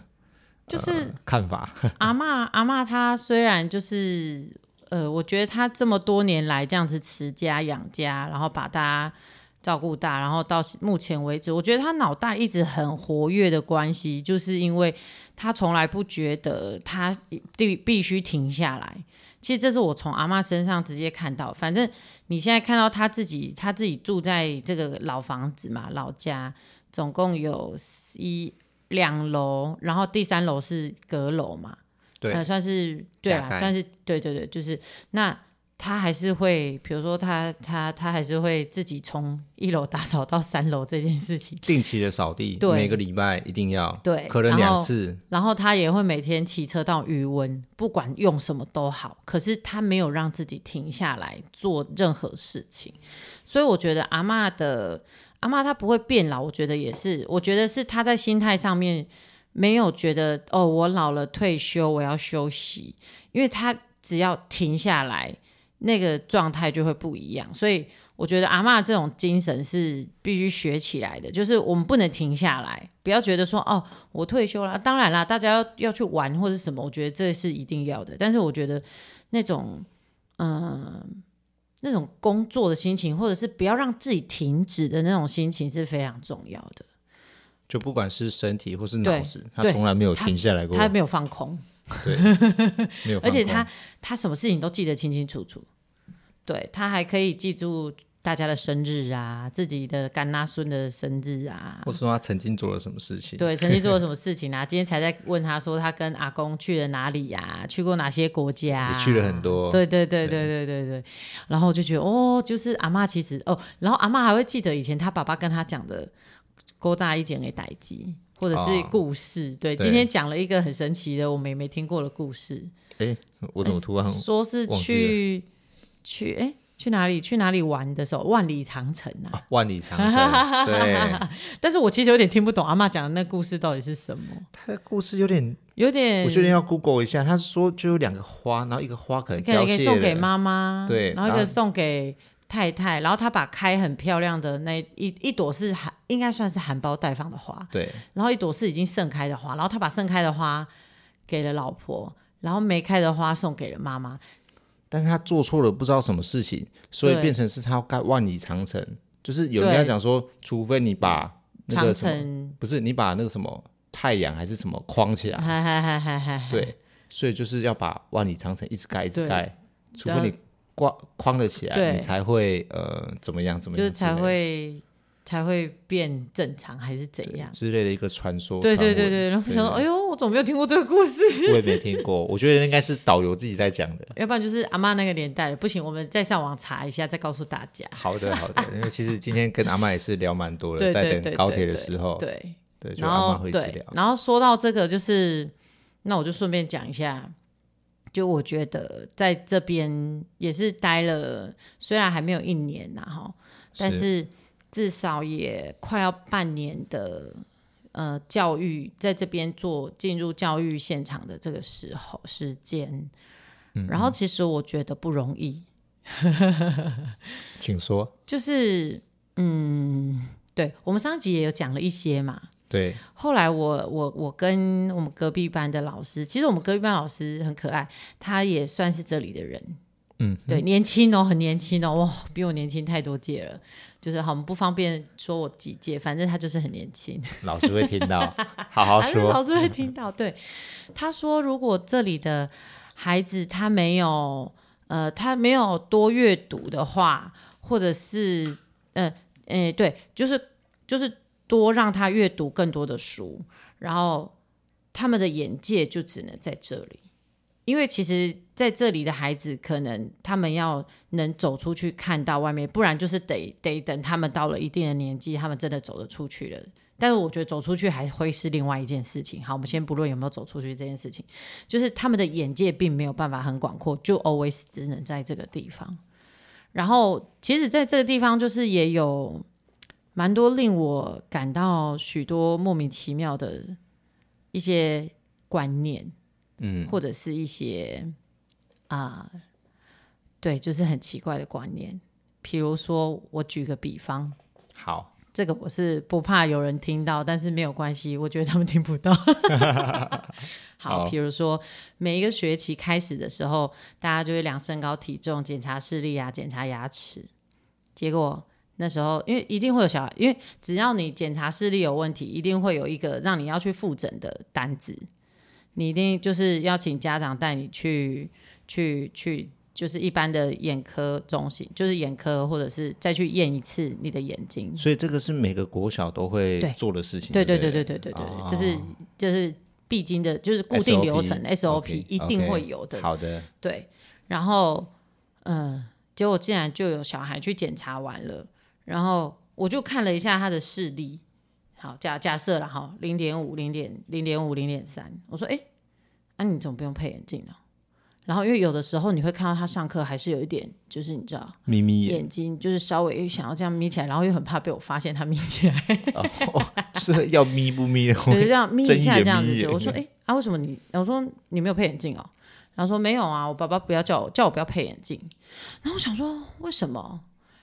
就是呃
看法。
阿嬷，阿嬷她虽然就是呃，我觉得她这么多年来这样子持家养家，然后把大家照顾大，然后到目前为止，我觉得她脑袋一直很活跃的关系，就是因为她从来不觉得她必必须停下来。其实这是我从阿嬷身上直接看到，反正你现在看到她自己，她自己住在这个老房子嘛，老家总共有一两楼，然后第三楼是阁楼嘛，
对
呃、算是对
加
啦，
盖
算是对对对，就是那他还是会，比如说他他他还是会自己从一楼打扫到三楼这件事情，
定期的扫地，
对
每个礼拜一定要，
对
可能
然
两
后
次，
然后他也会每天骑车到余温，不管用什么都好，可是他没有让自己停下来做任何事情，所以我觉得阿嬷的阿嬷她不会变老，我觉得也是，我觉得是她在心态上面没有觉得哦，我老了退休我要休息，因为她只要停下来，那个状态就会不一样，所以。我觉得阿嬷这种精神是必须学起来的，就是我们不能停下来，不要觉得说哦，我退休啦，当然啦，大家要要去玩或者什么，我觉得这是一定要的。但是我觉得那种，嗯、那种工作的心情，或者是不要让自己停止的那种心情是非常重要的。
就不管是身体或是脑
对
子，他
对
从来没有
他
停下来过，
他没有放空，
对，没有放空。
而且他他什么事情都记得清清楚楚，对他还可以记住大家的生日啊，自己的干拉孙的生日啊，
或是说他曾经做了什么事情，
对，曾经做了什么事情啊？今天才在问他说，他跟阿公去了哪里呀、去过哪些国家、
也去了很多
啊对对对对对对对。然后我就觉得，哦，就是阿嬷其实哦，然后阿嬷还会记得以前他爸爸跟他讲的勾搭一件给逮鸡，或者是
哦
故事。对，
对
今天讲了一个很神奇的，我们也没听过的故事，
哎，我怎么突然
说是
忘记
去去哎。去哪里？去哪里玩的时候，万里长城啊！
啊万里长 城？对，
但是我其实有点听不懂阿嬷讲的那故事到底是什么，
他的故事有点，
有点
我觉得要 Google 一下。他说就有两个花，然后一个花可能
可以
凋
可
谢了，
以送给妈妈，
对
然后一
然后
个送给太太，然后她把开很漂亮的那一一朵是含应该算是含苞待放的花，
对，
然后一朵是已经盛开的花，然后她把盛开的花给了老婆，然后没开的花送给了妈妈，
但是他做错了不知道什么事情，所以
对
变成是他要盖万里长城。就是有人
对
家讲说，除非你把那
长
个什么，
城，
不是你把那个什么太阳还是什么框起来，
嗨嗨嗨嗨 嗨，
对，所以就是要把万里长城一直盖一直
对
盖，除
然
非
后
你框框了起来，
对
你才会呃怎么样怎么
就
样之类的，
是才会才会变正常还是怎样？
之类的一个传说。
对对
传
对
闻
对，然后我想说，哎
对
呦，我怎么没有听过这个故事？
我也没听过，我觉得应该是导游自己在讲的。
要不然就是阿妈那个年代的，不行，我们再上网查一下，再告诉大家。
好的 好的，因为其实今天跟阿妈也是聊蛮多的，
对
在
对
等
对
高
对
铁的
对
时候，
对，
对，就
然
阿妈
后
会一直
对
聊，。
然后说到这个，就是那我就顺便讲一下，就我觉得在这边也是待了，虽然还没有一年呐、哈，但是至少也快要半年的呃教育，在这边做进入教育现场的这个时候时间，
嗯
然后其实我觉得不容易，
请说。
就是嗯，对我们上集也有讲了一些嘛。
对，
后来我我我跟我们隔壁班的老师，其实我们隔壁班老师很可爱，他也算是这里的人，
嗯，
对，年轻哦，很年轻哦，哇，比我年轻太多届了。就是好，我们不方便说我几届，反正他就是很年轻。
老师会听 到，好好
反正老
说。嗯
师会听到。对，他说如果这里的孩子他没有呃他没有多阅读的话，或者是呃诶对，就是就是多让他阅读更多的书，然后他们的眼界就只能在这里。因为其实在这里的孩子，可能他们要能走出去看到外面，不然就是得得等他们到了一定的年纪，他们真的走得出去了，但是我觉得走出去还会是另外一件事情。好，我们先不论有没有走出去这件事情，就是他们的眼界并没有办法很广阔，就 always 只能在这个地方。然后，其实在这个地方，就是也有蛮多令我感到许多莫名其妙的一些观念，
嗯，
或者是一些啊、对，就是很奇怪的观念。比如说，我举个比方，
好，
这个我是不怕有人听到，但是没有关系，我觉得他们听不到。好，
好
比如说每一个学期开始的时候，大家就会量身高、体重、检查视力啊、检查牙齿。结果那时候，因为一定会有小孩，因为只要你检查视力有问题，一定会有一个让你要去复诊的单子，你一定就是要请家长带你去去去，就是一般的眼科中心，就是眼科或者是再去验一次你的眼睛。
所以这个是每个国小都会
对
做的事情。
对
对
对对对
不
对对对，
哦
就是就是必经的，就是固定流程 SOP 一定会有的。
好的，
对，然后嗯，结果竟然就有小孩去检查完了，然后我就看了一下他的视力，好假假设了哈，零点五、零点零点五、零点三，我说哎，那、你怎么不用配眼镜呢、然后因为有的时候你会看到他上课还是有一点，就是你知道
眯眯 眼
眼睛就是稍微想要这样眯起来，然后又很怕被我发现他眯起来。
哦 是要眯不眯 的
对，就这样眯一
睁
下
眼
这样子。
眯眼
对，我说，哎、啊，为什么你？我说你没有配眼镜哦。然后说没有啊，我爸爸不要叫我叫我不要配眼镜。然后我想说为什么？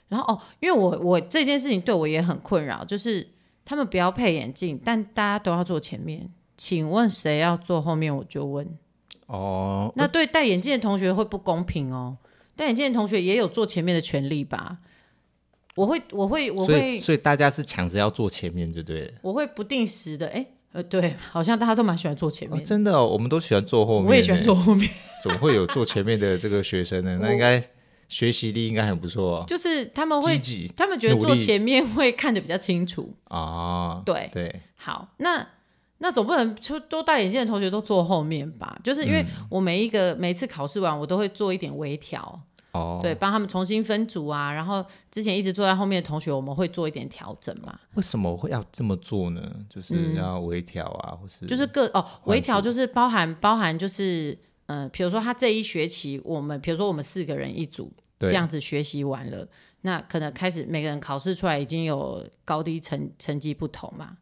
然后哦，因为我我这件事情对我也很困扰，就是他们不要配眼镜，但大家都要坐前面。请问谁要坐后面？我就问。
哦，
那对戴眼镜的同学会不公平哦。戴眼镜的同学也有坐前面的权利吧？我会，我会，我
所
会
以所以大家是抢着要坐前面就对了。
我会不定时的，哎，呃，对，好像大家都蛮喜欢坐前
哦，
面的，
真的哦，我们都喜欢坐后面。
我也喜欢坐，后面，
怎么会有坐前面的这个学生呢？那应该学习力应该很不错哦，
就是他们会
积，极
他们觉得
努
坐
力
前面会看得比较清楚。
啊。
对，
对，
好，那那总不能就都戴眼镜的同学都坐后面吧？就是因为
嗯
我每一个、每一次考试完，我都会做一点微调，
哦，
对，帮他们重新分组啊。然后之前一直坐在后面的同学，我们会做一点调整嘛。
为什么会要这么做呢？就是要微调啊，或是
嗯就是各哦，
换
微调就是包含包含就是呃，比如说他这一学期我们，比如说我们四个人一组
对
这样子学习完了，那可能开始每个人考试出来已经有高低成成绩不同嘛。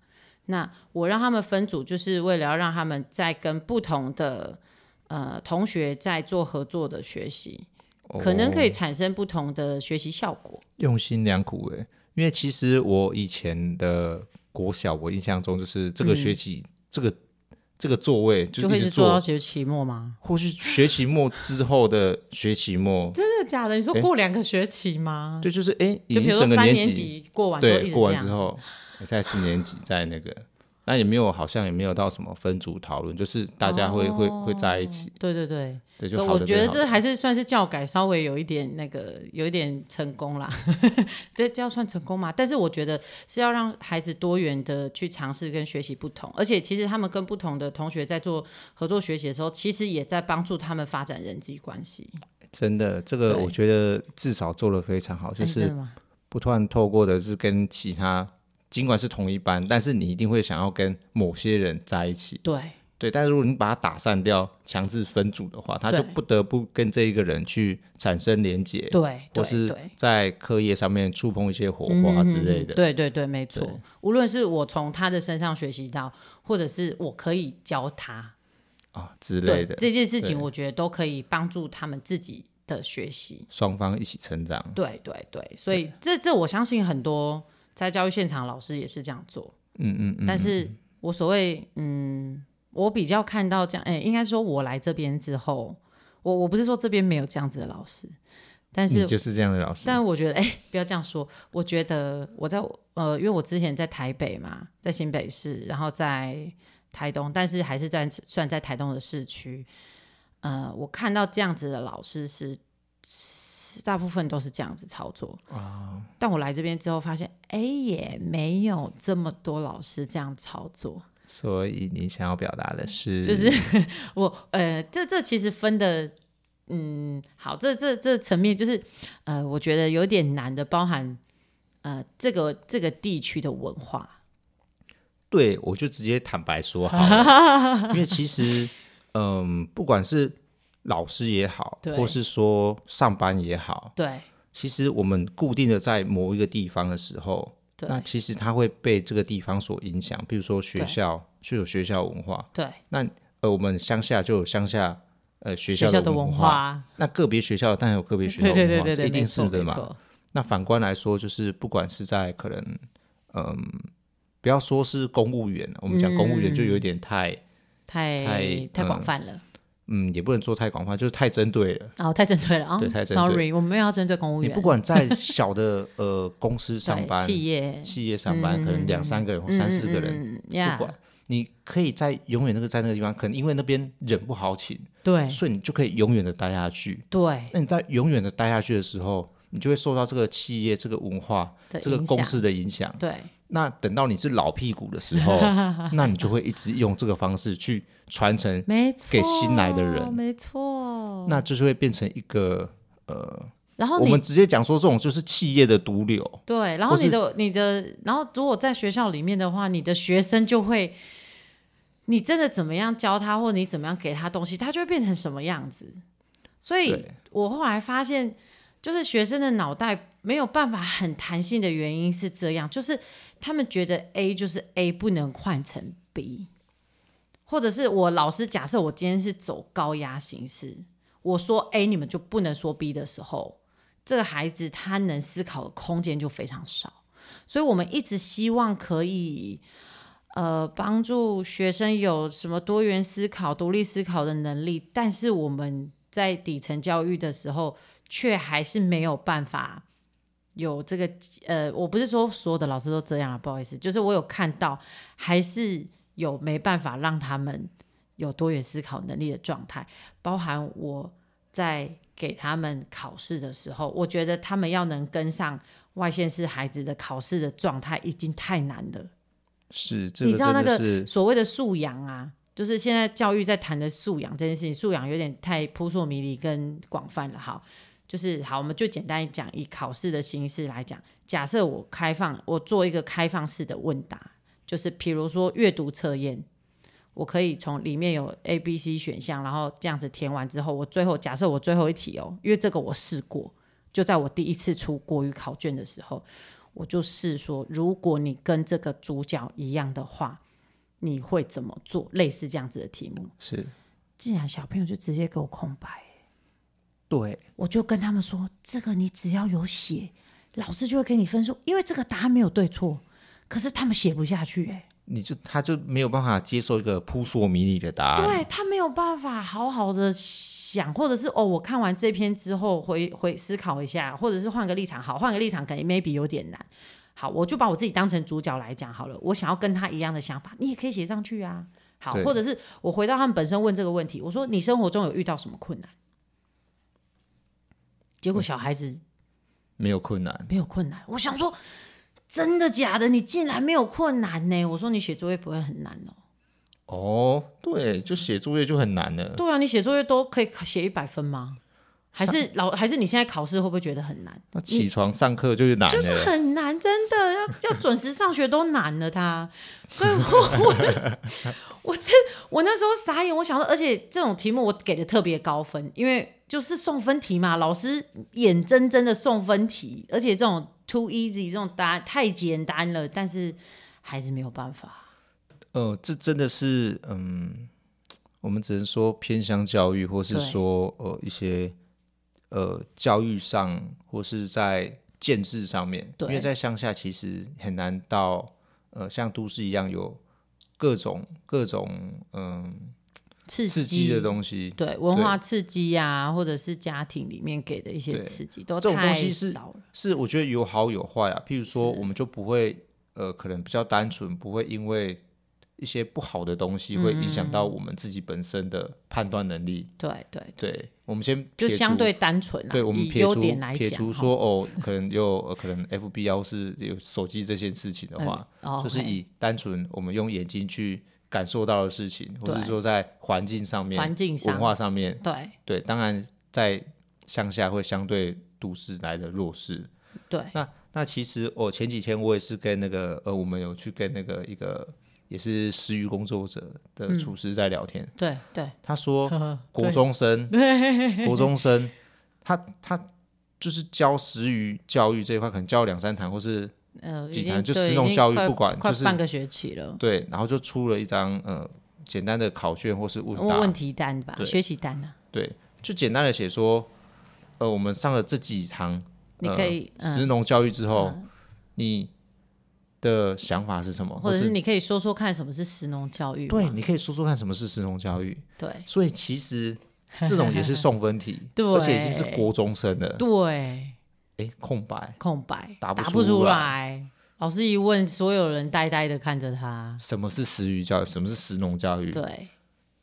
那我让他们分组，就是为了要让他们在跟不同的呃同学在做合作的学习，可能可以
哦
产生不同的学习效果。
用心良苦诶，因为其实我以前的国小，我印象中就是这个学期、这个这个座位就
嗯就会
一
一直
直
做到学期末吗？
或是学期末之后的学期末，
真的假的？你说
诶
过两个学期吗？
对，就是哎，你
就比
一
如说
整个
三
级
级过完都一
对
直
过完
这样
之
子，
后，你在四年级在那个，那也没有好像也没有到什么分组讨论，就是大家会、会会在一起，
对对对，
对，
可
就好
我
的
觉
变
得
好
这
的
还是算是教改稍微有一点那个有一点成功啦，这这要算成功嘛？但是我觉得是要让孩子多元的去尝试跟学习不同，而且其实他们跟不同的同学在做合作学习的时候，其实也在帮助他们发展人际关系。
真的这个
对
我觉得至少做的非常好，就
哎真
是
的吗？
不断透过的是跟其他。尽管是同一班，但是你一定会想要跟某些人在一起，
对
对。但是如果你把它打散掉，强制分组的话，他就
对
不得不跟这一个人去产生连结，
对
或
对
是
对。
在课业上面触碰一些火花之类的。
嗯对对对，没错
对。
无论是我从他的身上学习到，或者是我可以教他，
啊之
对
类的，
这件事情，
对
我觉得都可以帮助他们自己的学习。
双方一起成长。
对对对，所以这这我相信很多在教育现场，老师也是这样做。
嗯嗯嗯，
但是我所谓嗯，我比较看到这样，哎、应该说我来这边之后，我我不是说这边没有这样子的老师，但
你
是
就是这样的老师，
但我觉得，哎、不要这样说。我觉得我在呃，因为我之前在台北嘛，在新北市，然后在台东，但是还是在算在台东的市区。呃，我看到这样子的老师是，是大部分都是这样子操作。但我来这边之后发现，哎、也没有这么多老师这样操作。
所以你想要表达的是，
就是我呃，这这其实分的，嗯，好，这这这层面就是呃，我觉得有点难的，包含呃这个这个地区的文化，
对，我就直接坦白说好了， 因为其实，嗯，不管是老师也好，
对
或是说上班也好，
对
其实我们固定的在某一个地方的时候，
对
那其实它会被这个地方所影响，比如说学
对
校就有学校文化，
对，
呃，我们乡下就有乡下呃学
学
校
校
的
文
化，
化，
那个别学校当然有个别 学校
对
文化，
对对对
这
对，
一定是的
嘛
嘛，。那反观来说，就是不管是在可能，嗯，不要说是公务员，啊我们讲公务员
嗯
就有点太，
太
太
太广
嗯
泛了，
嗯，也不能说太广泛，就是太针对了。
哦，太针对了啊！
对太针对
Sorry，我们没有要针对公务
你
员，
不管在小的呃公司
对
上班、
企业嗯
企业上班，可能两三个人或三四个人，
人
不管。你可以在永远那个在那个地方，可能因为那边人不好请，
对
所以你就可以永远的待下去。
对
那你在永远的待下去的时候，你就会受到这个企业、这个文化、
的
这个
影
公
响
司的影响。
对
那等到你是老屁股的时候， 那你就会一直用这个方式去传承，
没错，
给新来的人
没错。
那就是会变成一个
然后
我
哦你
们直接讲说这种就是企业的毒瘤。
对，然
或
后你
是
的你的，然后如果在学校里面的话，你的学生就会，你真的怎么样教他，或你怎么样给他东西，他就会变成什么样子。所以
对
我后来发现，就是学生的脑袋没有办法很弹性的原因是这样，就是他们觉得 A 就是 A，不能换成 B，或者是我老师假设我今天是走高压形式，我说 A 你们就不能说 B 的时候，这个孩子他能思考的空间就非常少，所以我们一直希望可以。呃，帮助学生有什么多元思考、独立思考的能力，但是我们在底层教育的时候，却还是没有办法有这个呃，我不是说所有的老师都这样啊，不好意思，就是我有看到，还是有没办法让他们有多元思考能力的状态，包含我在给他们考试的时候，我觉得他们要能跟上外县市孩子的考试的状态，已经太难了。
是，这
你
个
知道那
真
个
的是
所谓的素养啊，就是现在教育在谈的素养这件事情，素养有点太扑朔迷离跟广泛了。好，就是好，我们就简单讲，以考试的形式来讲，假设我开放，我做一个开放式的问答，就是比如说阅读测验。我可以从里面有 A、B、C 选项，然后这样子填完之后，我最后假设我最后一题哦，因为这个我试过，就在我第一次出国语考卷的时候，我就试说，如果你跟这个主角一样的话，你会怎么做？类似这样子的题目，
是
竟然小朋友就直接给我空白，
对，
我就跟他们说，这个你只要有写，老师就会给你分数，因为这个答案没有对错。可是他们写不下去、欸，
你就他就没有办法接受一个扑朔迷离的答案。
对他没有办法好好的想，或者是哦，我看完这篇之后回回思考一下，或者是换个立场，好，换个立场可能 maybe 有点难。好，我就把我自己当成主角来讲好了，我想要跟他一样的想法，你也可以写上去啊。好，
对
或者是我回到他们本身问这个问题，我说你生活中有遇到什么困难？结果小孩子
没有困难。
没有困难。我想说，真的假的？你竟然没有困难呢？我说你写作业不会很难哦。
哦，对，就写作业就很难了。
对啊，你写作业都可以考写一百分吗？还是老还是你现在考试会不会觉得很难？
那起床上课就是难
就是
了。
很难，真的要要准时上学都难了他。所以我我我真我那时候傻眼，我想说，而且这种题目我给的特别高分，因为就是送分题嘛，老师眼睁睁的送分题，而且这种 too easy 这种答案太简单了，但是还是没有办法。
呃，这真的是嗯，我们只能说偏向教育，或是
对
说呃一些呃教育上，或是在建制上面，因
对
为在乡下其实很难到呃像都市一样有各种各种嗯
刺
刺激的东西。
对文化刺激呀、或者是家庭里面给的一些
对
刺激，都
这种东
太
西是
少了。
是我觉得有好有坏啊。譬如说，我们就不会呃，可能比较单纯，不会因为一些不好的东西会影响
嗯
到我们自己本身的判断能力。
对对，
对，我们先
就
撇除
相对单纯啊。
对我们
以
撇
优
除
点来讲，
撇除说哦，可能有呃可能 F B 幺是有手机这件事情的话，
哦，
就是
嘿
以单纯我们用眼睛去感受到的事情，或
对
是说在环境上面、
环境
文
上
化上面，
对
对，当然在乡下会相对都市来的弱势。
对
那那其实我、哦、前几天我也是跟那个呃，我们有去跟那个一个也是食育工作者
嗯
的厨师在聊天，
对对，
他说
对
国中生，国中生，他他就是教食育教育这一块，可能教两三堂，或是
呃，已
几
经
堂就
对
私
已
弄
经
教育
快
不管
快
就是
半个学期了。
对，然后就出了一张呃简单的考卷或是问答，
问问题单吧，
对
学习单啊，
对，就简单的写说，呃，我们上了这几堂，
你可以
呃、
嗯
食农教育之后，你的想法是什么，
或者
是
是你可以说说看什么是食农教育嘛。
对，你可以说说看什么是食农教育。
对
所以其实这种也是送分题
，对
而且已经是国中生了，
对，
哎，空白，
空白
答不
不
出
出
来
来。老师一问，所有人呆呆的看着他。
什么是食育教育，什么是食农教育？
对，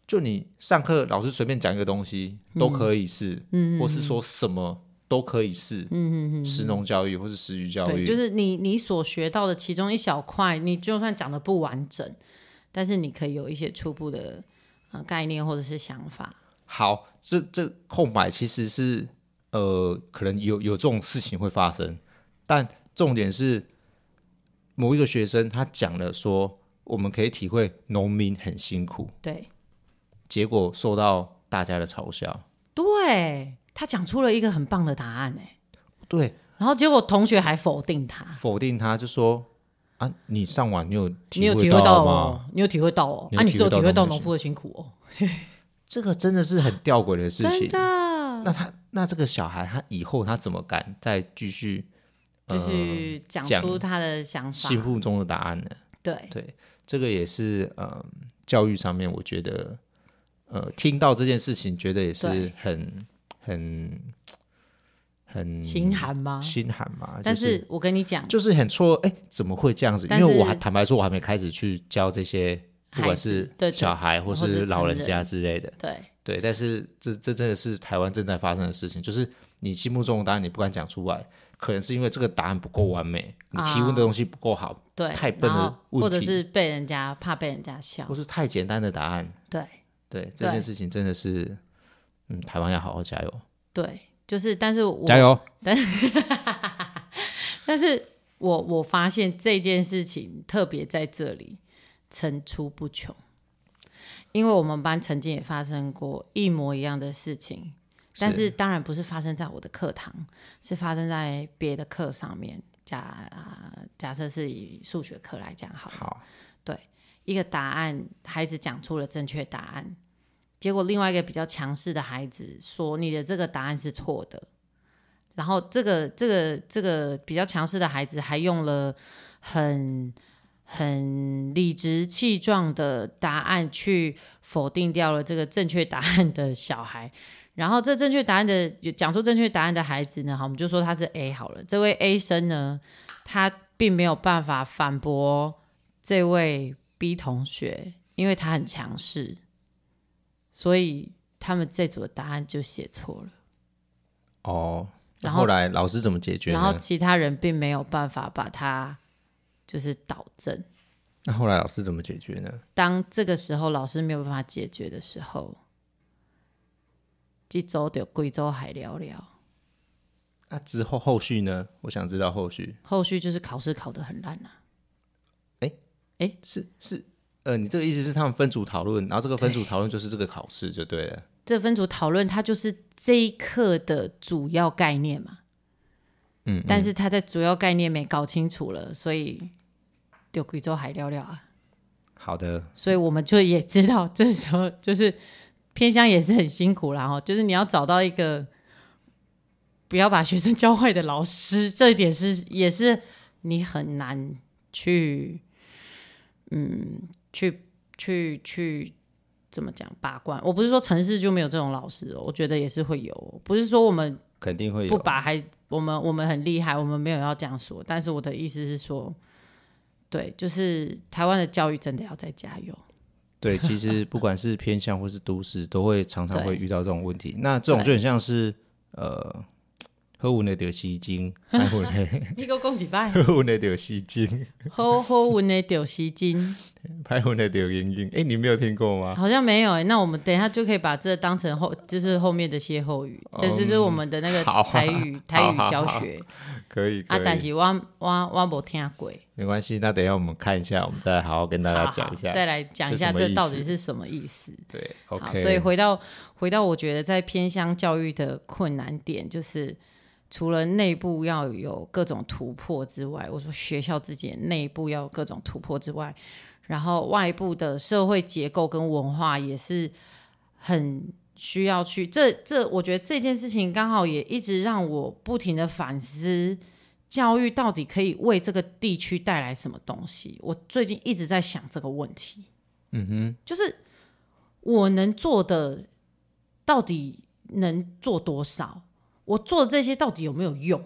就你上课老师随便讲一个东西都可以是，
嗯
或是说什么都可以是，
嗯嗯嗯，
食农教育或是食育教
对，
育，
就是你你所学到的其中一小块，你就算讲的不完整，但是你可以有一些初步的呃概念或者是想法。
好，这这空白其实是呃，可能有有这种事情会发生，但重点是某一个学生他讲了说，我们可以体会农民很辛苦，
对，
结果受到大家的嘲笑。
对他讲出了一个很棒的答案哎，
对，
然后结果同学还否定他。
否定他就说啊，你上网你有
你
体
有体
会
会到
吗？
哦，你有体会到哦，
你有
啊，你
体
是
会
有
到
体会到
农民的
农夫的辛苦哦，
这个真的是很吊诡的事
真
情。
的，
那他那这个小孩他以后他怎么敢再继续
就是
嗯
讲
讲
出他的想法，
心目中的答案呢？
对
对，这个也是呃，教育上面我觉得，呃，听到这件事情，觉得也是
对
很很很
心寒吗？
嗯心寒嘛。
但
就是
是我跟你讲，
就是很错，哎，怎么会这样子？因
但
为我
是
还坦白说，我还没开始去教这些，不
孩
管
子
是
对对
小孩或
或者
是老
成
人家
人
之类的。
对
对，但是这这真的是台湾正在发生的事情，就是你心目中的答案你不敢讲出来，可能是因为这个答案不够完美，你提问的
啊
东西不够好，
对，
太笨的
然后
问
或者
题
是被人家怕被人家笑
或，是太简单的答案。
对
对这件事情真的是，嗯，台湾要好好加油，
对，就是， 但是我
加油！
但是我我发现这件事情特别在这里层出不穷，因为我们班曾经也发生过一模一样的事情，但是当然不是发生在我的课堂，是发生在别的课上面。假、啊假设是以数学课来讲好了，
好，
一个答案，孩子讲出了正确答案，结果另外一个比较强势的孩子说你的这个答案是错的，然后这个这个这个比较强势的孩子还用了很很理直气壮的答案去否定掉了这个正确答案的小孩。然后这正确答案的讲出正确答案的孩子呢，好，我们就说他是 A 好了。这位 A 生呢，他并没有办法反驳这位 B 同学，因为他很强势，所以他们这组的答案就写错了。
哦，那
然后
后来老师怎么解决
然后
呢？
其他人并没有办法把它就是导正。
那后来老师怎么解决呢？
当这个时候老师没有办法解决的时候，一周就贵州海聊聊，
那之后后续呢？我想知道后续
后续就是考试考得很烂啊。
是是，呃，你这个意思是他们分组讨论，然后这个分组讨论就是这个考试就对了。
这分组讨论它就是这一课的主要概念嘛，
嗯，
但是他在主要概念没搞清楚了，所以就贵州海聊聊啊。
好的，
所以我们就也知道，这时候哦 就是偏乡也是很辛苦啦，哈，就是你要找到一个不要把学生教坏的老师，这一点是也是你很难去，嗯，去去去怎么讲把关？我不是说城市就没有这种老师、哦，我觉得也是会有哦，不是说我们
肯定会有
不把还我们我们很厉害，我们没有要这样说，但是我的意思是说，对，就是台湾的教育真的要再加油。
对，其实不管是偏向或是都市，都会常常
对
会遇到这种问题。那这种就很像是呃，喝完了就吸精，爱混黑，，
你给我讲几 拜
喝完了就吸精，
好好闻的丢吸金，
拍完了就阴阴。哎，你没有听过吗？
好像没有哎、那我们等一下就可以把这当成后，就是后面的歇后语，这、就是我们的那个
哦好啊
台语、台
好
语
好
教
好
学
可以，
啊。
可
但
以，
是我我我没听过，
没关系。那等一下我们看一下，我们再好好跟大家
好
讲
好
一下。
再来讲一
这
下
什么
这
意
到
思
底是什么意思。
对
好，所以
，OK，
回到回到，我觉得在偏乡教育的困难点，就是除了内部要有各种突破之外，我说学校自己内部要有各种突破之外，然后外部的社会结构跟文化也是很需要去。这这，我觉得这件事情刚好也一直让我不停的反思。教育到底可以为这个地区带来什么东西？我最近一直在想这个问题。嗯哼，就是我能做的到底能做多少？我做的这些到底有没有用？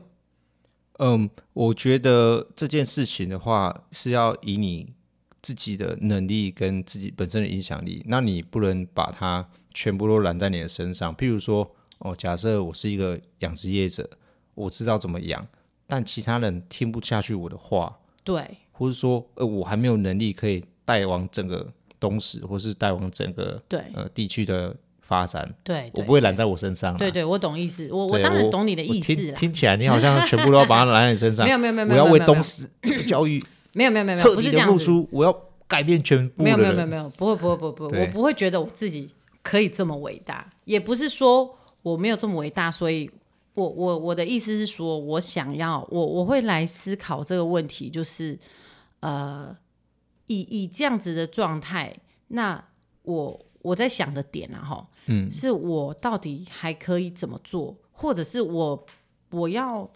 嗯，我觉得这件事情的话是要以你自己的能力跟自己本身的影响力，那你不能把它全部都揽在你的身上。譬如说，哦，假设我是一个养殖业者，我知道怎么养，但其他人听不下去我的话，
对，
或是说，呃，我还没有能力可以带往整个东石，或是带往整个
对，
呃地区的发展，
对，
我
对
不会揽在我身上啦。
对对，我懂意思，我我
对
当然
我
懂你的
我
意思
听
啦。
听起来你好像全部都要把它揽在你身上
没，有没有没有
我
没有
要
没有
为
没有
东石这个教育
没 有没有没有没有
彻
不是
底
这
的
样
付
子，
出，我要改变全部
没
的
有没有没有
人。
没有，不会不会不会不会，
对
我不会觉得我自己可以这么伟大，也不是说我没有这么伟大，所以我我我的意思是说，我想要我我会来思考这个问题，就是呃，以以这样子的状态，那我我在想的点啊，哈，嗯，是我到底还可以怎么做，或者是我我要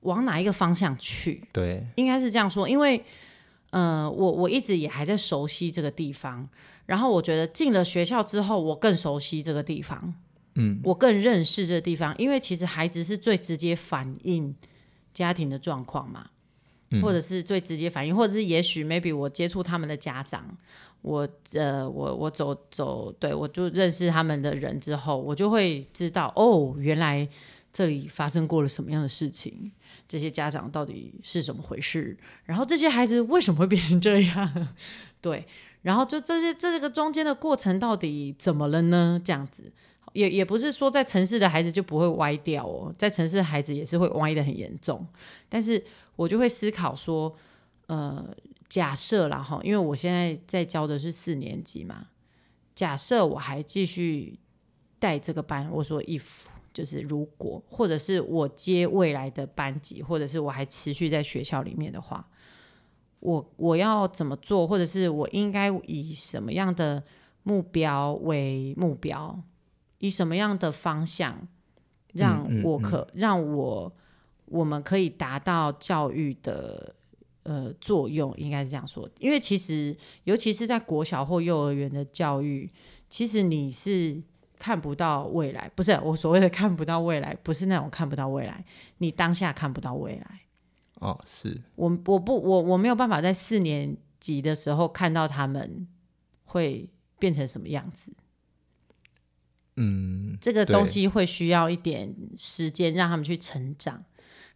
往哪一个方向去？
对，
应该是这样说，因为呃，我我一直也还在熟悉这个地方，然后我觉得进了学校之后，我更熟悉这个地方，嗯，我更认识这个地方，因为其实孩子是最直接反映家庭的状况嘛，或者是最直接反应，或者是也许 maybe 我接触他们的家长，我呃我我走走，对我就认识他们的人之后，我就会知道哦，原来这里发生过了什么样的事情，这些家长到底是怎么回事，然后这些孩子为什么会变成这样， 对，然后就这些这个中间的过程到底怎么了呢？这样子。也也不是说在城市的孩子就不会歪掉哦，在城市的孩子也是会歪的很严重，但是我就会思考说，呃，假设啦哈，因为我现在在教的是四年级嘛，假设我还继续带这个班，我说 if 就是如果，或者是我接未来的班级，或者是我还持续在学校里面的话，我我要怎么做，或者是我应该以什么样的目标为目标，以什么样的方向，让我可、让我我们可以达到教育的呃作用，应该是这样说。因为其实，尤其是在国小或幼儿园的教育，其实你是看不到未来，不是我所谓的 看不到未来，不是那种看不到未来，你当下看不到未来。
哦，是
我我不我我没有办法在四年级的时候看到他们会变成什么样子。嗯，这个
对
东西会需要一点时间让他们去成长。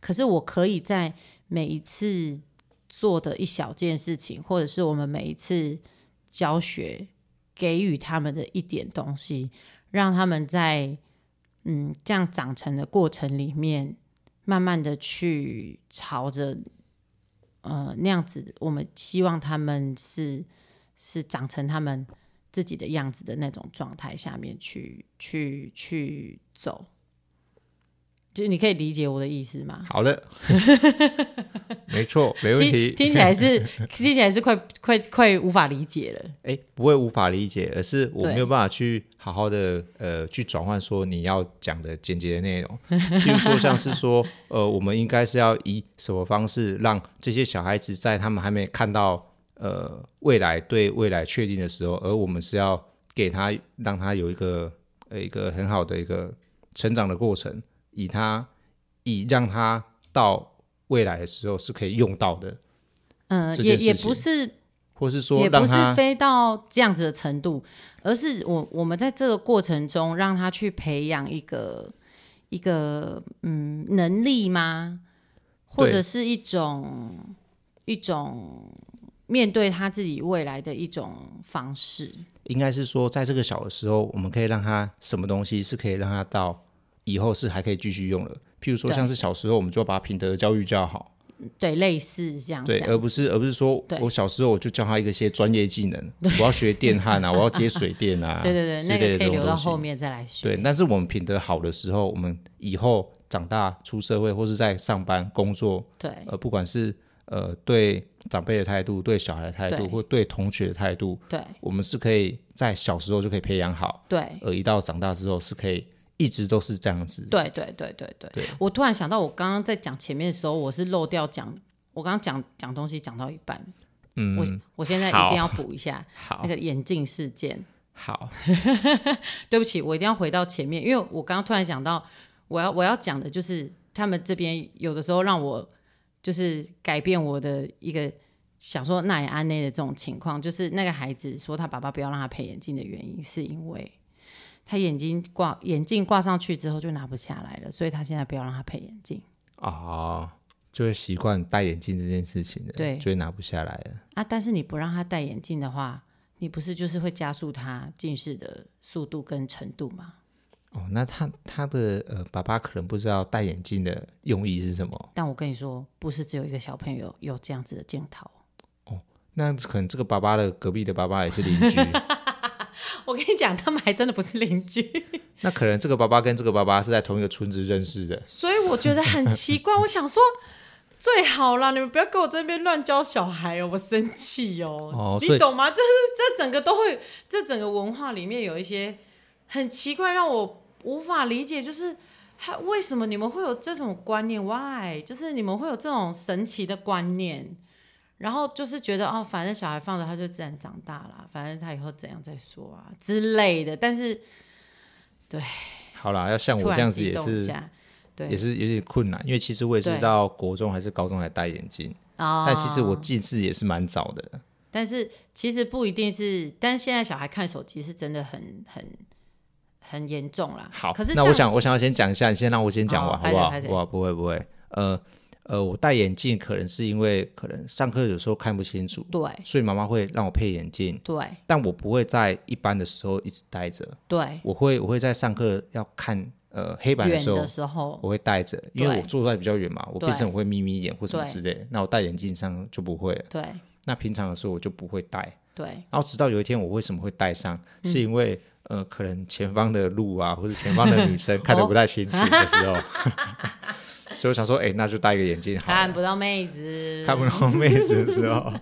可是我可以在每一次做的一小件事情，或者是我们每一次教学给予他们的一点东西，让他们在嗯这样长成的过程里面，慢慢的去朝着呃那样子，我们希望他们是是长成他们自己的样子的那种状态下面去去去走。就是你可以理解我的意思吗？
好 的，没错，没问
听
题。
听起来是听起来是快快快无法理解了。
哎，不会无法理解，而是我
对
没有办法去好好的呃去转换说你要讲的简洁的内容， 譬如说像是说呃，我们应该是要以什么方式让这些小孩子在他们还没看到呃未来对未来确定的时候，而我们是要给他让他有一个呃一个很好的一个成长的过程，以他以让他到未来的时候是可以用到的，
嗯，
这
也
件
也
事情
不是
或是说
也
让
不是
他
非到这样子的程度，而是我我们在这个过程中让他去培养一个一个嗯能力吗？或者是一种一种面对他自己未来的一种方式。
应该是说，在这个小的时候，我们可以让他什么东西是可以让他到以后是还可以继续用的。譬如说，
对
像是小时候，我们就把品德教育教好，
对，类似啊这样
对，
讲
而不是而不是说
对
我小时候我就教他一些专业技 能，我要学电焊啊，我要接水电啊，
对对对，
之
那
类的
个可
这
以
种
留到
东西
后。面再来学。
对，但是我们品德好的时候，我们以后长大出社会或是在上班工作，
对
呃，不管是呃对长辈的态度、对小孩的态度，
对
或对同学的态度，
对
我们是可以在小时候就可以培养好。
对
而一到长大之后是可以一直都是这样子。
对对对对对
对
我突然想到，我刚刚在讲前面的时候，我是漏掉讲，我刚刚讲讲东西讲到一半，
嗯，
我我现在一定要补一下
好
那个眼镜事件。
好，
对不起，我一定要回到前面，因为我刚刚突然想到，我要我要讲的就是他们这边有的时候让我就是改变我的一个想说那也安内的这种情况，就是那个孩子说他爸爸不要让他配眼镜的原因，是因为他眼睛挂眼镜挂上去之后就拿不下来了，所以他现在不要让他配眼镜。
哦，就会习惯戴眼镜这件事情的，
对
就会拿不下来了。
啊，但是你不让他戴眼镜的话，你不是就是会加速他近视的速度跟程度吗？
哦，那他他的呃爸爸可能不知道戴眼镜的用意是什么，
但我跟你说，不是只有一个小朋友有这样子的镜头。
那可能这个爸爸的隔壁的爸爸也是邻 居，
我跟你讲，他们还真的不是邻居，
那可能这个爸爸跟这个爸爸是在同一个村子认识的。
所以我觉得很奇怪。我想说，最好啦，你们不要跟我这边乱教小孩哦，我生气哦。
哦所
你
以
懂吗？就是这整个都会，这整个文化里面有一些很奇怪，让我无法理解，就是。还为什么你们会有这种观念？Why？就是你们会有这种神奇的观念，然后就是觉得哦，反正小孩放着他就自然长大啦，反正他以后怎样再说啊之类的。但是
好啦，要像
突
我
然
这样子
激
也
动一
是
下，对
也是有点困难，因为其实我也是
对
到国中还是高中才戴眼镜，
啊
但其实我，近视也是蛮早的。
但是其实不一定是，但现在小孩看手机是真的很很很严重啦。
好，
可是
那我
像
想，我想要先讲一下，你先让我先讲完，
哦
好不好
拍谁拍？谁
哇，不会不会，呃呃，我戴眼镜可能是因为可能上课有时候看不清楚，
对
所以妈妈会让我配眼镜，
对
但我不会在一般的时候一直戴着，
对，
我会我会在上课要看呃黑板的
远
时候
的，时候
我会戴着，因为
对
我坐在比较远嘛，我变成我会眯眯眼或什么
对
之类的，那我戴眼镜上就不会了。
对
那平常的时候我就不会戴，
对
然后直到有一天，我为什么会戴上，
嗯
是因为呃，可能前方的路啊，或者前方的女 生
哦
看得不太清楚的时候，所以我想说，哎、那就戴一个眼镜好
看
了，
不到妹子
看不到妹子的时 候，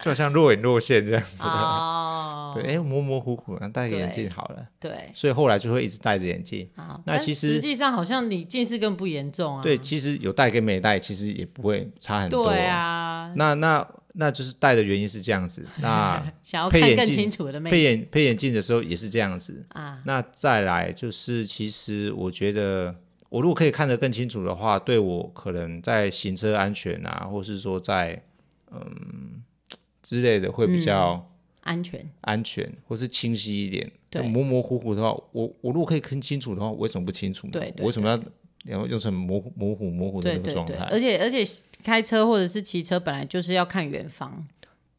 就好像若隐若现这样子。
哦，
对，哎、模模糊糊，那戴个眼镜好了。
对
所以后来就会一直戴着眼镜。
好，
那
但
其
实
实
际上好像你近视更不严重啊。
对，其实有戴跟没戴，其实也不会差很多。
对啊，
那那那就是戴的原因是这样子。那
想要
配
看
眼
更
镜
清楚的妹
配
子
眼配眼镜的时候也是这样子。
啊，
那再来就是，其实我觉得，我如果可以看得更清楚的话，对我可能在行车安全啊，或是说在嗯之类的会
嗯
比较
安全
安全，或是清晰一点。
对
模模糊糊的话，我我如果可以更清楚的话，我为什么不清楚呢？
对对
我为什么要然后用成模糊模糊模糊的
对
那个
对
状
对，
态？
而且而且开车或者是骑车本来就是要看远方。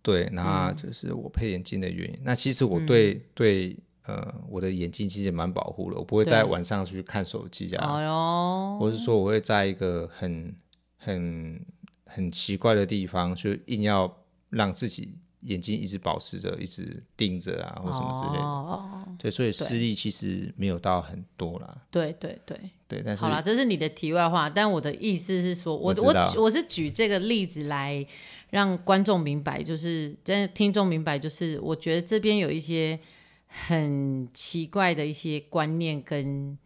对，
嗯
那这是我配眼镜的原因。那其实我对、对呃我的眼睛其实也蛮保护的，我不会
对
在晚上去看手机啊，
哎呦，
或是说我会在一个很很很奇怪的地方，就硬要让自己眼睛一直保持着，一直盯着啊，或什么之类的。
哦，
对，所以视力其实没有到很多啦，
对对对，
对，但是
好啦，这是你的题外话，但我的意思是说，我
我知
我
道
举我是举这个例子来让观众明白，就是但听众明白，就是我觉得这边有一些很奇怪的一些观念跟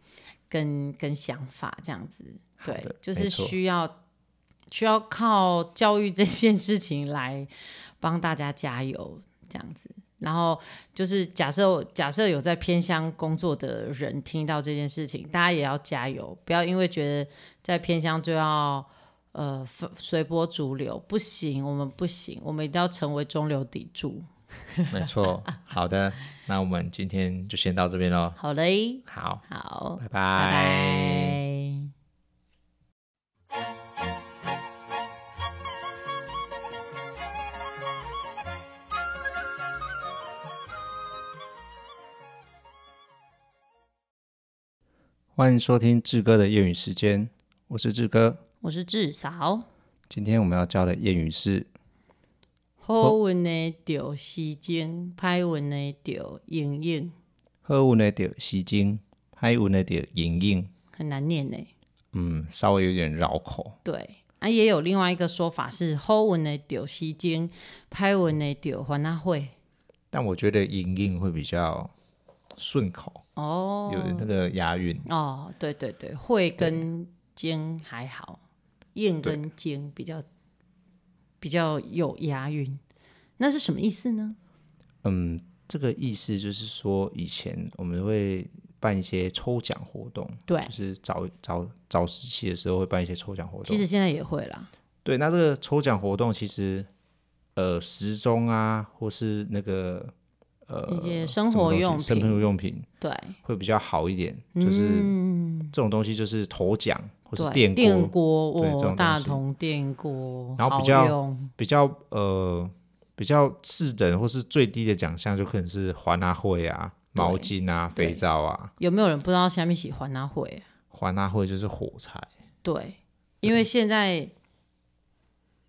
跟跟想法，这样子，对
好的，
就是
没错
需要需要靠教育这件事情来帮大家加油，这样子。然后就是假设假设有在偏乡工作的人听到这件事情，大家也要加油，不要因为觉得在偏乡就要呃随随波逐流，不行，我们不行，我们一定要成为中流砥柱。
没 错。好的，那我们今天就先到这边喽。
好嘞，
好，
好，
拜拜。
拜拜
欢迎收听志哥的谚语时间，我是志哥。
我是志嫂，
今天我们要教的谚语是
好运的着时间，歹运的着营运，
“喝无那点吸睛，拍无那点莹莹
很难念呢。”。
嗯，稍微有点绕口。
对，啊，也有另外一个说法是好运的着时间，歹运的着还那会。
但我觉得莹莹会比较顺口，
哦
有那个押韵。
哦，对对对，会跟尖还好，燕
对
跟尖比较比较有押韵。那是什么意思呢？
嗯，这个意思就是说，以前我们会办一些抽奖活动，
对
就，是早早早时期的时候会办一些抽奖活
其
动。
实现在也会啦。
对，那这个抽奖活动其实，呃，时钟啊，或是那个呃
一些生
什么
活
东西
用
生
品
活用品
对，
会比较好一点，就是
嗯，
这种东西就是头奖或是
对，
电锅，
电锅，
对这
哦，
种
大
东西
同电锅，
然后比
好
较
用
比较呃比较次等或是最低的奖项就可能是环啊会啊、
对
毛巾啊、
对
肥皂啊。
有没有人不知道下面喜欢那会？
环啊会就是火柴，
对，因为现在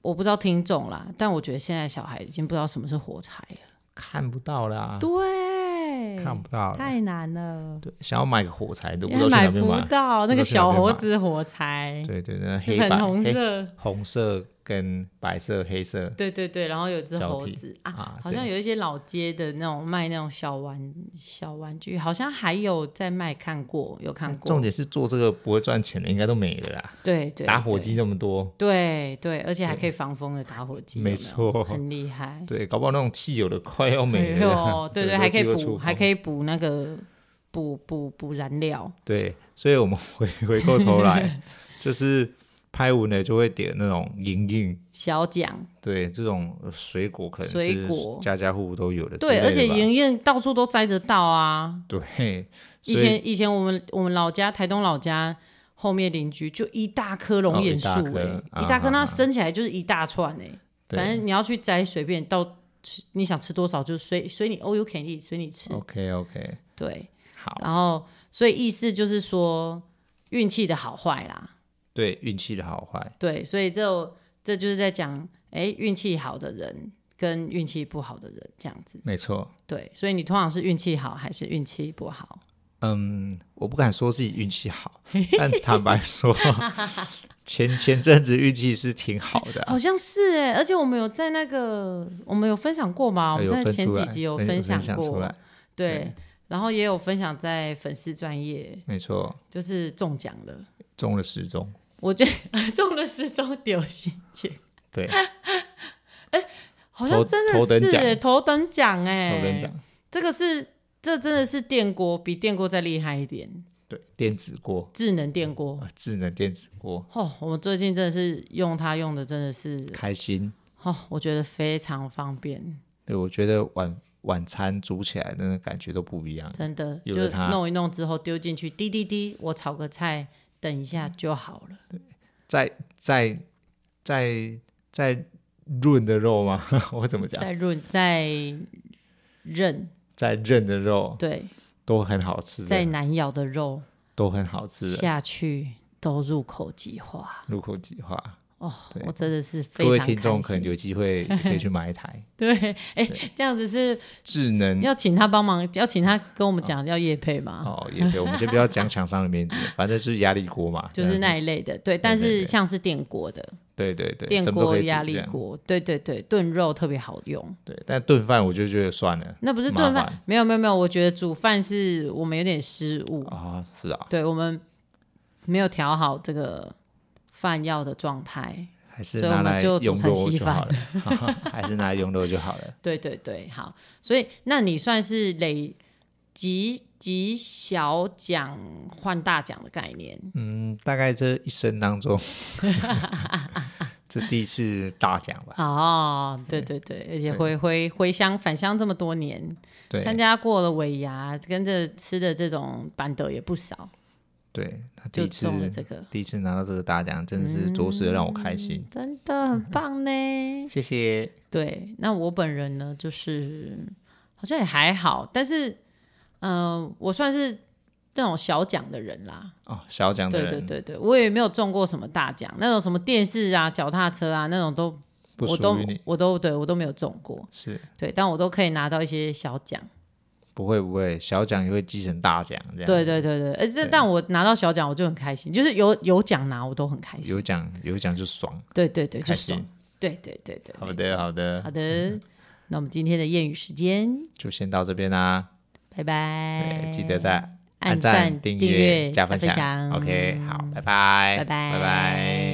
我不知道听众啦，但我觉得现在小孩已经不知道什么是火柴了。
看不到啦，
对，
啊看不到啦。
太难了，
对，想要买个火柴都不
因
知道
为
去
买
哪边
不
买。不知道
到那个
去哪
小
边
猴
买
子火柴，
对对对，那黑白
粉红
黑
色，
红色跟白色、黑色
对对对，然后有只
小
猴
体
子啊。
啊，
好像
对
有一些老街的那种卖那种小玩小玩具，好像还有在卖，看过有看过。
重点是做这个不会赚钱的，应该都没了啦。
对对，
打火
对
机那么多，
对对，而且还可以防风的打火机，有
没
有
错
很厉害。
对，搞不好那种汽油的快要没
嗯哎
了啦
呦。对对，还可以补，还可
以。
以补那个补补补燃料，
对，所以我们回回过头 来，就是拍舞呢就会点那种莹莹，
小奖。
对，这种呃水果可能
水
是
果
家家户户都有的之类
对，
的吧，
而且莹莹到处都摘得到啊。
对，
以
所
前以前我们我们老家台东老家后面邻居就一大棵龙
哦
眼
一
树
大棵
哎，
啊
一大棵
啊
那
啊
升起来就是一大串哎，
对
反正你要去摘随便到。你想吃多少就随随你，all you can eat，随你吃。
OK OK，
对，
好，
然后所以意思就是说运气的好坏啦。
对运气的好坏，
对，所以这这就是在讲，哎，运气好的人跟运气不好的人这样子。
没错。
对，所以你通常是运气好还是运气不好？
嗯，我不敢说自己运气 好，但坦白说，前前阵子运气是挺好的啊、
好像是哎，而且我们有在那个我们有分享过吗？我
哎
们
有
在
分
前
出
几
来，
集有
分
分享
出
过，
来，
对。
对
然后也有分享在粉丝专业，
没错，
就是中奖了，
中了十中，
我觉得中了十中丢心结，
对，
好像
头
真
头
的
等
是
奖
哎头等奖哎，
我跟你讲，
这个是这真的是电锅比电锅再厉害一点，
对，电子锅，
智能电锅。
啊智能电子锅，
哦，我们最近真的是用它用的真的是
开心。
哦，我觉得非常方便，
对，我觉得晚晚餐煮起来的那个感觉都不一样。
真的
有
就
了它
弄一弄之后丢进去，滴滴滴，我炒个菜，等一下就好了。
在在在在润的肉吗？ 我怎么讲？
再润再韧，
在韧的肉
对，
都很好吃
再
的，
难咬的肉
都很好吃的，
下去都入口即化，
入口即化。
哦
对，
我真的是非
各
常
位听众可
开心
能有机会可以去买一 台
对，哎，这样子是
智 能
要请他帮忙，要请他跟我们讲要叶配吗？
哦，也可以。我们先不要讲厂商的名字，反正就是压力锅嘛，
就是
这样
那一类的，对，但
对
是
对
像是电锅的，
对对对，
电
什么都
锅
可以煮
压
这
力
样
锅，对对对，炖肉特别好用。
对，但炖饭我就觉得算了
那不是
麻
炖饭
烦，
没有没有没有，我觉得煮饭是我们有点失误，
啊，是啊，
对我们没有调好这个饭要的状态。
还是
所以我
拿
们
来
就
用
煮成
肉
稀
就好了， 还是拿来用肉就好了。
对对对，好，所以那你算是累积极小奖换大奖的概念，
嗯，大概这一生当 中，这第一次大奖吧。
哦，对对对，而且回回回乡返乡这么多年，
对
参加过了尾牙，跟着吃的这种板德也不少，
对，他第
就
一次
中了这个，嗯
第一次拿到这个大奖，真的是着实的让我开心。
真的很 棒呢。
谢谢。
对，那我本人呢，就是好像也还好，但是，嗯、我算是那种小奖的人啦。
哦，小奖的
对
人
对对对，我也没有中过什么大奖，那种什么电视啊、脚踏车啊那种都，
不
我
属
都
于你，
我都对我都没有中过，
是
对，但我都可以拿到一些小奖。
不会不会，小奖也会积成大奖这样。
对对对对，而且
对
但我拿到小奖我就很开心，就是有有奖拿我都很开心。
有奖有奖就爽，
对对对，就
开
爽
心。。
对对对对，
好
没
的好
错
的，
好的。那我们今天的谚语时间，
就先到这边啦。
拜拜哎
对，。记得在
按
赞、
订
阅、加
分
享。OK，好，拜拜，
拜拜
拜拜。